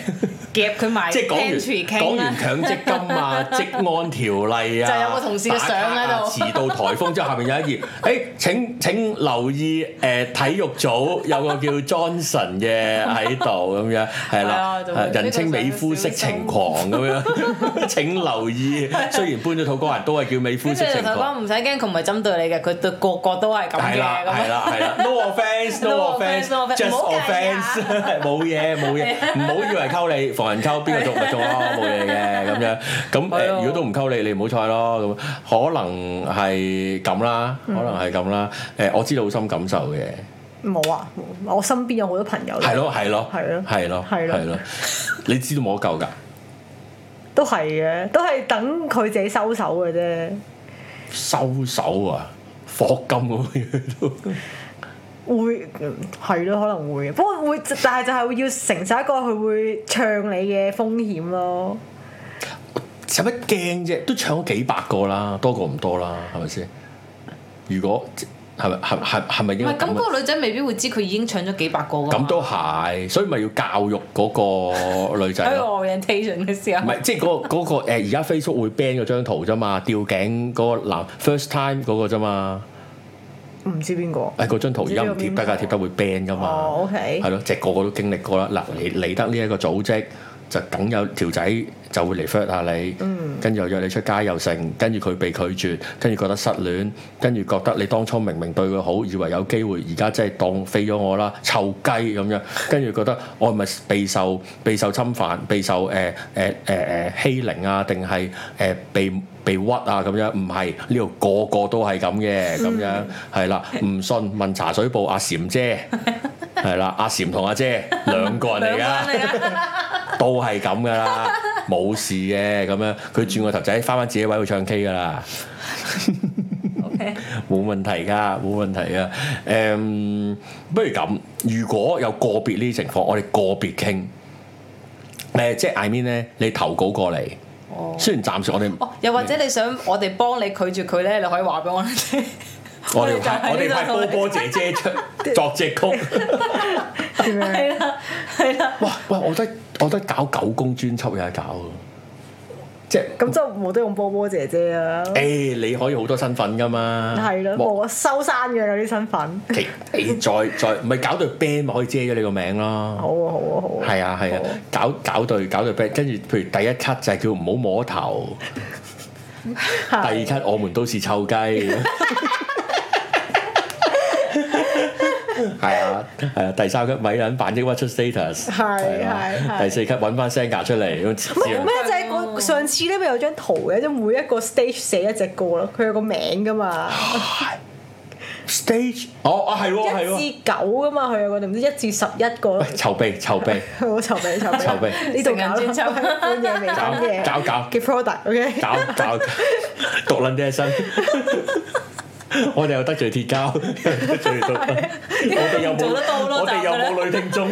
Speaker 2: 夾佢埋
Speaker 1: 即係講
Speaker 2: pantry
Speaker 1: 完講
Speaker 2: 傾啊啦
Speaker 1: 完。強積金啊、 職安條例啊，
Speaker 2: 就有個同事嘅相喺
Speaker 1: 打
Speaker 2: 度
Speaker 1: 卡啊遲到颱風之後，下面有一 頁，誒、請請留意誒、體育組有個叫 Johnson 嘅喺度咁樣，係
Speaker 2: 係
Speaker 1: 啦
Speaker 2: 啊就會，
Speaker 1: 人稱美夫式情狂咁 樣， 請留意。雖然搬咗土瓜灣，都係叫美夫
Speaker 2: 跟
Speaker 1: 式
Speaker 2: 住就
Speaker 1: 情
Speaker 2: 同佢
Speaker 1: 狂。
Speaker 2: 講唔使驚，佢唔係針對你嘅，佢對個個都係咁嘅
Speaker 1: 係啦，
Speaker 2: 咁
Speaker 1: 係
Speaker 2: 樣。
Speaker 1: 啦，係啦，no
Speaker 2: No
Speaker 1: offence，no
Speaker 2: offence, no offence，
Speaker 1: offence，just
Speaker 2: 唔好計
Speaker 1: offence，冇 嘢冇嘢，唔好以為溝你，防人溝邊個中咪中咯，冇嘢嘅咁樣。咁誒
Speaker 2: 係，咯
Speaker 1: 如果都唔溝你，你唔好彩咯。咁可能係咁啦，可能係咁啦。誒，我知道好深感受嘅，
Speaker 3: 冇啊，冇我身邊有好多朋友
Speaker 1: 係咯，係咯，
Speaker 3: 係咯
Speaker 1: 係咯，
Speaker 3: 係咯
Speaker 1: 係咯，你知道冇得救㗎。
Speaker 3: 都係嘅，都係等佢自己收手嘅啫。
Speaker 1: 收手啊，霍金咁樣都
Speaker 3: 會嗯係咯，可能會嘅，不過會，但係就係會要承受一個佢會唱你嘅風險咯。
Speaker 1: 使乜驚啫？都唱咗幾百個啦，多過唔多啦，係咪先？如果係咪係係係咪
Speaker 2: 唔
Speaker 1: 應該
Speaker 2: 係咁，
Speaker 1: 咁啊？
Speaker 2: 嗰個女仔未必會知佢已經搶咗幾百個啊㗎嘛。
Speaker 1: 咁都係，所以咪要教育嗰個女仔
Speaker 2: 喺
Speaker 1: 咯。
Speaker 2: orientation 嘅時
Speaker 1: 唔
Speaker 2: 候，
Speaker 1: 係，即係嗰、個嗰、個呃而家 Facebook 會 ban 嗰張圖啫嘛，吊頸嗰個男 first time 嗰個啫嘛，
Speaker 3: 唔知邊個？
Speaker 1: 誒嗰張圖而家唔
Speaker 3: 唔知
Speaker 1: 貼
Speaker 3: 邊
Speaker 1: 得
Speaker 3: 個
Speaker 1: 㗎，貼得會 ban 㗎嘛。
Speaker 3: 哦，OK
Speaker 1: 係咯，即係個個都經歷過啦。嗱，你嚟得呢一個組織，就梗有條仔就會嚟 f 下你，跟住又約你出街又成，跟住佢被拒絕，跟住覺得失戀，跟住覺得你當初明明對佢好，以為有機會，而家真係當飛咗我啦，臭雞咁樣，跟住覺得我係咪備受備受侵犯、備受誒誒誒誒欺凌啊，定係誒被被屈啊咁樣？唔係呢度個個都係咁嘅，咁樣係啦，唔信問茶水部阿禪姐。係啦，阿禪同阿 姐兩個人嚟噶，
Speaker 2: 兩個人嚟啊 㗎。
Speaker 1: 都係咁噶啦，冇事嘅咁樣。佢轉個頭仔翻返自己位去唱 K 噶啦，
Speaker 2: OK，
Speaker 1: 冇問題噶，冇問題噶。誒、不如咁，如果有個別呢啲情況，我哋個別傾。誒、即係 I mean 咧，你投稿過嚟，
Speaker 2: 哦
Speaker 1: 雖然暫時我哋
Speaker 2: 哦，又或者你想我哋幫你拒絕佢咧，你可以話俾我聽。
Speaker 1: 我哋
Speaker 2: 我哋 就喺
Speaker 1: 我哋
Speaker 2: 呢
Speaker 1: 派
Speaker 2: 度
Speaker 1: 波波姐姐 出作隻曲。
Speaker 3: 點樣？
Speaker 2: 係啦，係啦。
Speaker 1: 哇喂，我覺得我覺得搞九公專輯有得搞喎，即係。
Speaker 3: 咁就冇得用波波姐姐啦。
Speaker 1: 誒、你可以好多身份噶嘛？
Speaker 3: 係咯，
Speaker 1: 哎冇
Speaker 3: 冇啊收山嘅有啲身份。
Speaker 1: 其你再 再唔係搞對 band 咪可以遮咗你個名
Speaker 3: 好
Speaker 1: 咯。
Speaker 3: 啊，好啊，好啊。
Speaker 1: 係啊係啊，搞搞對搞對 band，跟住譬如第一 cut 就係叫唔好摸頭，第
Speaker 3: 係
Speaker 1: 二 cut 我們都是臭 雞。係啊，係啊，第三級咪撚扮抑鬱出 status，
Speaker 3: 係
Speaker 1: 啊
Speaker 3: 係係
Speaker 1: 第四級揾翻聲格出嚟，咁知
Speaker 3: 咩
Speaker 1: 啊
Speaker 3: 咩就係嗰上次咧咪有張圖嘅，即係每一個 stage 寫一隻歌咯，佢有個名噶嘛，
Speaker 1: stage，哦啊係喎係
Speaker 3: 一
Speaker 1: 喎，
Speaker 3: 至九噶嘛，佢有個定唔知一至十一個
Speaker 1: 喂，籌備籌備。
Speaker 3: 好籌備籌 備
Speaker 1: 籌備
Speaker 3: 呢度
Speaker 2: 成
Speaker 3: 搞
Speaker 2: 人專輯
Speaker 3: 啦半夜微醺嘅
Speaker 1: 搞搞搞
Speaker 3: 嘅 product，OK，
Speaker 1: 搞搞獨撚啲一身，我哋又得罪鐵膠，又得罪獨撚，我哋又冇
Speaker 2: 做得到咯
Speaker 1: 我哋又冇女聽眾，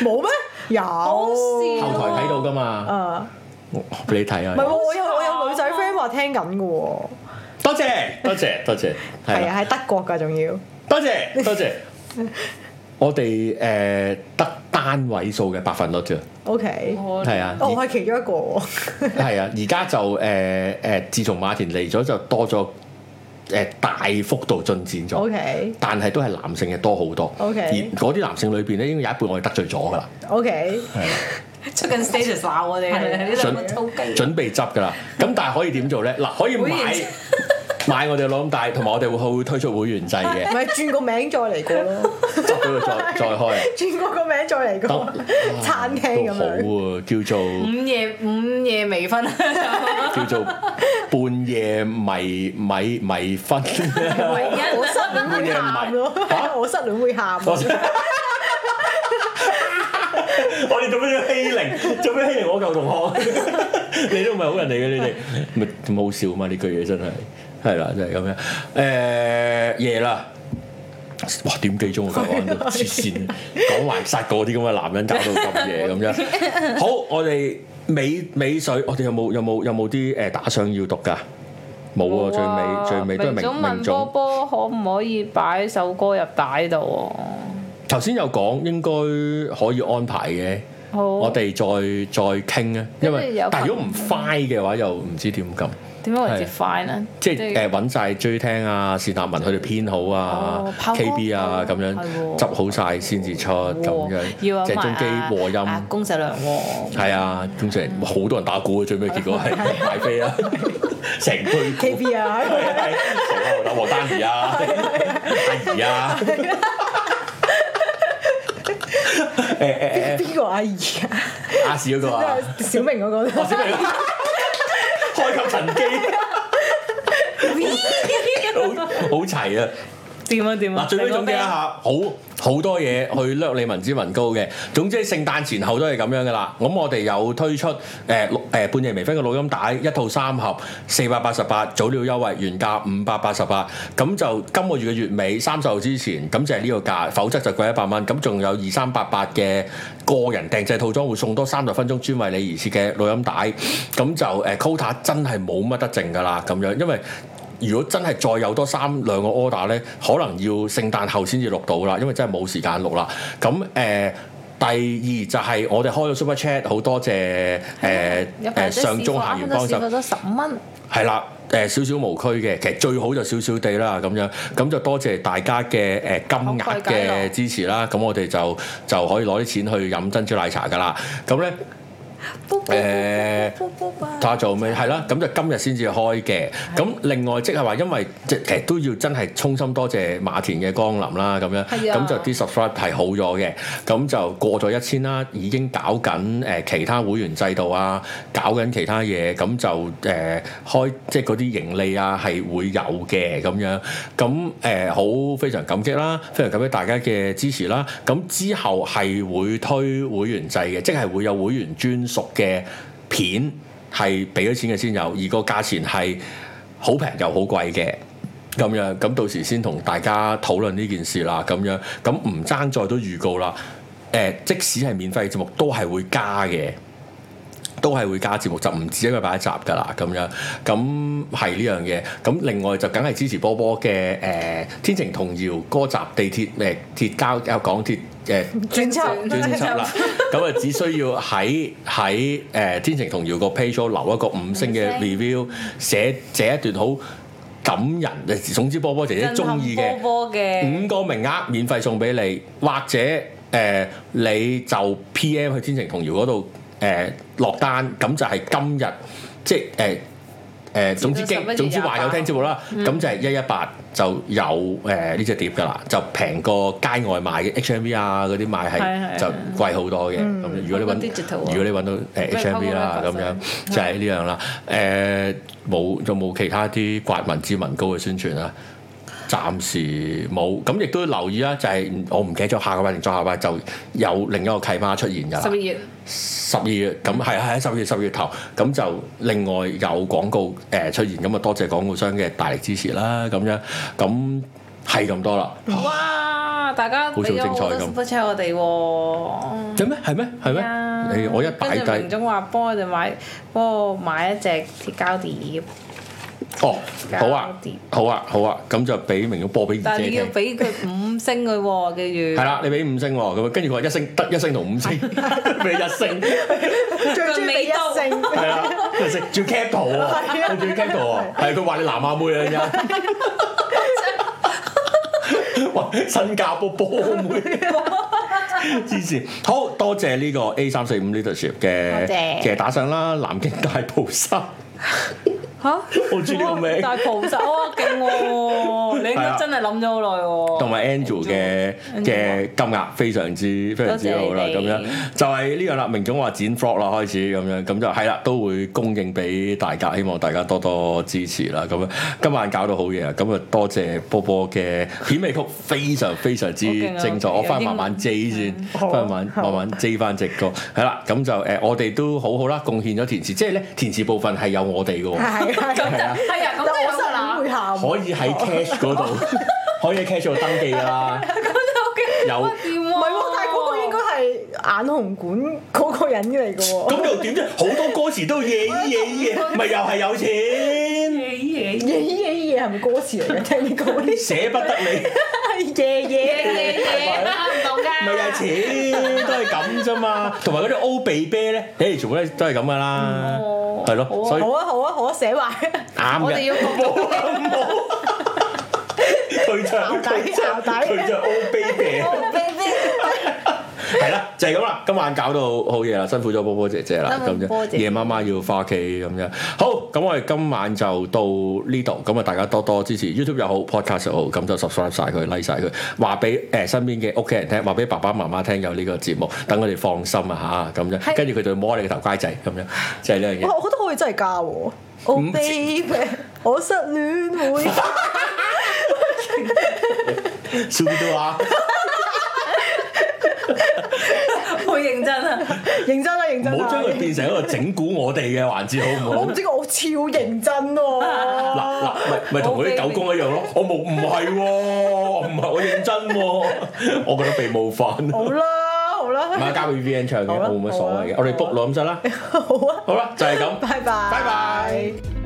Speaker 3: 冇咩？有
Speaker 2: 笑
Speaker 1: 後台睇到噶嘛，
Speaker 3: 啊，
Speaker 1: 我俾你睇
Speaker 3: 唔係喎，
Speaker 1: 啊！
Speaker 3: 我有我有女仔 friend 話聽緊嘅喎，
Speaker 1: 多謝多謝多謝，係
Speaker 3: 係
Speaker 1: 啦，
Speaker 3: 啊，喺德國㗎仲要，
Speaker 1: 多謝多謝。我哋誒得單位數嘅百分率啫，
Speaker 3: OK，
Speaker 2: 我
Speaker 1: 係啊，
Speaker 3: 哦我係其中一個喎，
Speaker 1: 係啊，而家就誒誒，自從馬田嚟咗就多咗誒大幅度進展咗。
Speaker 3: OK
Speaker 1: 但係都係男性嘅多好多。
Speaker 3: OK
Speaker 1: 而嗰啲男性裏邊咧，應該有一半我哋得罪咗㗎啦，
Speaker 3: OK，
Speaker 2: 出緊 status 鬧我哋，
Speaker 3: 係啊
Speaker 2: 呢度有個粗雞。
Speaker 1: 準備執㗎啦。咁但係可以點做咧？嗱，可以
Speaker 2: 會
Speaker 1: 買
Speaker 2: 員制
Speaker 1: 買我哋攞咁大，同埋我哋會會推出會員制嘅
Speaker 3: 唔，係轉個名再嚟過咯，
Speaker 1: 執到佢再再開。
Speaker 3: 轉個個名再嚟過
Speaker 1: 得，
Speaker 3: 餐廳
Speaker 1: 都
Speaker 3: 咁
Speaker 1: 好
Speaker 3: 樣，
Speaker 1: 喎，叫做
Speaker 2: 午夜午夜啊微醺，
Speaker 1: 叫做半夜迷迷迷婚。
Speaker 3: 我失啊戀會喊咯，
Speaker 1: 嚇
Speaker 3: 我失戀會喊
Speaker 1: 我
Speaker 3: 咯，
Speaker 1: 我哋做咩要欺凌？做咩欺凌我舊同學？你都唔係好人嚟嘅，你哋咪冇笑嘛？呢句嘢真係係啦，就係、咁樣。誒、夜啦。哇！點幾鐘啊？搞到黐線，講埋殺過啲咁嘅男人，搞到咁夜咁樣。好，我哋尾尾水，我哋有冇有冇有冇啲誒打賞要讀㗎？冇啊，最尾最尾都係明明總。
Speaker 2: 波可唔可以擺首歌入帶度
Speaker 1: 頭先有講應該可以安排嘅，
Speaker 2: 好
Speaker 1: 我哋再再傾啊。因
Speaker 2: 跟住
Speaker 1: 為
Speaker 2: 有
Speaker 1: 但係如果唔快嘅話，又唔知點咁。
Speaker 2: 點樣為之
Speaker 1: 係
Speaker 2: fine 咧？
Speaker 1: 即係誒揾晒追聽啊、是達文佢哋編好啊
Speaker 2: 哦、炮哥
Speaker 1: KB 啊咁
Speaker 2: 係
Speaker 1: 樣
Speaker 2: 喎
Speaker 1: 執好晒先至出咁樣，
Speaker 2: 要
Speaker 1: 鄭中基和音
Speaker 2: 啊。公 仔良喎，
Speaker 1: 係啊，咁成好多人打鼓嘅，最尾結果 係買飛啊，成堆鼓
Speaker 3: K B 啊，
Speaker 1: 係係成班打黃丹兒啊、阿怡 啊，誒誒
Speaker 3: 邊個阿姨
Speaker 1: 誒
Speaker 3: 啊？
Speaker 1: 亞視嗰個 啊，
Speaker 3: 小明嗰個
Speaker 1: 我知你 開及神機，好好齊啊！
Speaker 2: 點啊點啊！
Speaker 1: 嗱，最尾總結一下，
Speaker 2: 啊！
Speaker 1: 好好多嘢去掠你民脂民膏嘅。總之聖誕前後都係咁樣噶啦。咁我哋有推出誒錄誒半夜微醺嘅錄音帶一套三盒，四百八十八，早鳥優惠原價五百八十八。咁就今個月嘅月尾三十號之前，咁就係呢個價，否則就貴一百蚊。咁仲有二三八八嘅個人訂製套裝會送多三十分鐘專為你而設嘅錄音帶。咁就誒 quota 真係冇乜得剩噶啦，咁樣因為。如果真係再有多三兩個 order 咧，可能要聖誕後先至錄到啦，因為真係冇時間錄啦。咁誒、呃第二就係我哋開咗 Super Chat，好多謝
Speaker 2: 嗯
Speaker 1: 誒誒上中下元幫手
Speaker 2: 啱啱都試。過咗十五蚊，
Speaker 1: 係啦，誒少少無區嘅，其實最好就少少地啦咁樣，咁就多謝大家嘅誒、呃金額嘅支持啦，咁我哋就就可以攞啲錢去飲珍珠奶茶㗎啦，咁咧。誒，睇下做咩係啦，咁就今日先至開嘅。咁另外即係話，因為即係其實都要真係衷心多謝馬田嘅光臨啦，咁樣
Speaker 2: 係啊
Speaker 1: 咁就啲 subscribe 係好咗嘅，咁就過咗一千啦，已經搞緊誒其他會員制度啊，搞緊其他嘢，咁就誒、呃開即係嗰啲盈利啊係會有嘅咁樣，咁誒、好非常感激啦，非常感激大家嘅支持啦，咁之後係會推會員制嘅，即係會有會員專屬嘅片係俾咗錢嘅先有，而個價錢係好平又好貴嘅。咁樣，咁到時先同大家討論呢件事啦。咁樣，咁唔爭再都預告啦。誒、即使係免費節目，都係會加嘅，都係會加節目，就唔止一個禮拜一集㗎啦。咁樣，咁係呢樣嘢。咁另外就梗係支持波波嘅誒、天晴童謠》歌集地鐵誒、鐵交有港鐵誒。
Speaker 3: 轉輯
Speaker 1: 專輯 啦，咁啊只需要喺喺誒天晴童謠個 page 度留一個五星嘅
Speaker 2: 五星
Speaker 1: review，寫寫一段好感人誒，總之波波姐姐中意嘅
Speaker 2: 震撼波波嘅
Speaker 1: 五個名額免費送俾你，或者誒、你就 PM 去天晴童謠嗰度誒落單，咁就係今日即係誒。誒，總之經
Speaker 2: 11月嗯
Speaker 1: 總之話有聽節目啦，咁就係一一八就有誒呢只碟㗎啦，就平過街外賣嘅 HMV 啊嗰啲賣
Speaker 2: 係係
Speaker 1: 係就貴好多嘅。咁如果你
Speaker 2: 嗰個
Speaker 1: 揾
Speaker 2: digital 啊
Speaker 1: 如果你揾到呃誒
Speaker 2: 咩
Speaker 1: HMV 啦咁
Speaker 2: Power
Speaker 1: 樣
Speaker 2: Records 啊，
Speaker 1: 就係呢樣啦。誒冇就冇其他啲刮民脂民膏嘅宣傳啦。暫時冇，咁亦都留意啊啦，就係、我唔記得咗下個禮拜定再下個禮拜就有另一個契媽出現㗎啦
Speaker 2: 十二。月
Speaker 1: 十二月咁係係喺十月十月頭，咁就另外有廣告誒、呃出現，咁啊多謝廣告商嘅大力支持啦，咁樣咁係咁多啦。
Speaker 2: 哇！大家
Speaker 1: 好似
Speaker 2: 俾
Speaker 1: 好精
Speaker 2: 咗
Speaker 1: 彩
Speaker 2: 好
Speaker 1: 咁
Speaker 2: 多 super chat 我哋喎。
Speaker 1: 有咩？係咩？係咩？你我一擺
Speaker 2: 跟住明
Speaker 1: 低，
Speaker 2: 總話幫我哋買，幫我買一隻鐵膠碟，
Speaker 1: 哦，好啊，好啊，好啊，咁就俾明咗播俾二
Speaker 2: 但
Speaker 1: 姐
Speaker 2: 係你要
Speaker 1: 聽。
Speaker 2: 俾佢五星佢喎，記住
Speaker 1: 係。啦，你俾五星喎，咁啊跟住佢話一星得一星同五星，俾一星，
Speaker 3: 最中意俾一星，
Speaker 1: 係啦，一
Speaker 2: 啊
Speaker 1: 星，仲要 cap 圖喎，佢仲要 cap 圖喎，係啊佢話你南亞妹啊，一 陣間喂，新加坡波妹。支持，好多謝呢個 A 三四五 leadership 嘅
Speaker 2: 多謝
Speaker 1: 嘅打賞啦，南京大菩薩，
Speaker 2: 嚇！
Speaker 1: 好中意呢個名
Speaker 2: 但係菩薩哇，勁喎！你
Speaker 1: 係
Speaker 2: 應該
Speaker 1: 啊
Speaker 2: 真係諗咗好耐喎。
Speaker 1: 同埋 Angel 嘅
Speaker 2: Angel
Speaker 1: 嘅金額非常之非常之好啦，
Speaker 2: 多謝
Speaker 1: 咁
Speaker 2: 你
Speaker 1: 樣就係呢樣啦。明總話剪 vlog 啦，開始咁樣，咁就係啦，都會供應俾大家，希望大家多多支持啦。咁樣今晚搞到好嘢啊！咁啊，多謝波波嘅片尾曲非常非常之
Speaker 2: 好勁啊
Speaker 1: 精彩，
Speaker 2: 好勁啊
Speaker 1: 我翻去慢慢 J 先，翻去慢慢慢 J 翻隻歌，係啦，咁就誒我哋都好好啦，貢獻咗填詞，即係咧填詞部分係有我 哋嘅喎。
Speaker 3: 係係
Speaker 2: 咁
Speaker 1: 係啊
Speaker 2: 就係啊，咁
Speaker 3: 但
Speaker 2: 就
Speaker 3: 我
Speaker 2: 有
Speaker 3: 心
Speaker 2: 㗎
Speaker 3: 諗
Speaker 2: 啦
Speaker 3: 會。喊，
Speaker 1: 可以喺 cash 嗰度，可以喺 cash 嗰度登記㗎啦。有
Speaker 2: 唔
Speaker 3: 唔係喎，但係嗰個應該係眼紅館 嗰個人嚟嘅喎，
Speaker 1: 咁又點啫？好多歌詞都夜依夜 依夜，咪又係有錢，
Speaker 2: 嘢嘢嘢
Speaker 3: 耶耶耶係咪歌詞嚟嘅？聽呢個呢
Speaker 1: 捨不得 你，
Speaker 3: 耶耶
Speaker 2: 嘢嘢唔同㗎。
Speaker 1: 咪又係錢，都係咁啫嘛。同埋嗰啲 O 鼻啤咧，誒全部都都係咁噶啦。
Speaker 2: 哦
Speaker 1: 係咯，所以
Speaker 3: 好啊好啊好啊，寫埋。
Speaker 1: 啱
Speaker 2: 我哋
Speaker 1: 嘅。
Speaker 2: 要
Speaker 1: 冇啊冇啊，佢就
Speaker 3: 淆底
Speaker 1: 佢就
Speaker 3: 淆底
Speaker 1: 佢就 O B 嘅。係啦，就係咁啦。今晚搞到好夜啦，辛苦咗波波姐姐啦，咁
Speaker 4: 辛苦波
Speaker 1: 樣
Speaker 4: 姐
Speaker 1: 夜媽媽要翻屋企咁樣。好，咁我哋今晚就到呢度，咁啊大家多多支持 YouTube 又好，Podcast 又好，咁就 subscribe 晒佢，like 晒佢，話俾誒身邊嘅屋企人聽，話俾爸爸媽媽聽有呢個節目，等佢哋放心啊嚇咁樣。
Speaker 4: 係
Speaker 1: 跟住佢就摸你個頭乖仔咁樣，就係呢樣嘢
Speaker 3: 哇，。我覺得可以真係加喎。Oh
Speaker 1: 哦唔知
Speaker 3: baby，我失戀 會。
Speaker 1: s u p e 啊！
Speaker 4: 好認真啊！
Speaker 3: 認真啦，認真
Speaker 1: 唔
Speaker 3: 啦。
Speaker 1: 好將佢變成一個整蠱我哋嘅環節，好唔
Speaker 3: 我
Speaker 1: 好
Speaker 3: 唔？知我超認真
Speaker 1: 嗱
Speaker 3: 喎、哦
Speaker 1: 嗱，咪咪同嗰啲狗公一樣咯。我冇唔係喎，唔係我認真 喎，我覺得被冒犯。
Speaker 3: 好啦好啦，
Speaker 1: 買交俾 V N 唱嘅，
Speaker 3: 好啦啊
Speaker 1: 我冇乜所謂嘅。我哋 book 咯咁就啦。
Speaker 3: 好啊，
Speaker 1: 好啦，就係咁。
Speaker 3: 拜拜，
Speaker 1: 拜拜。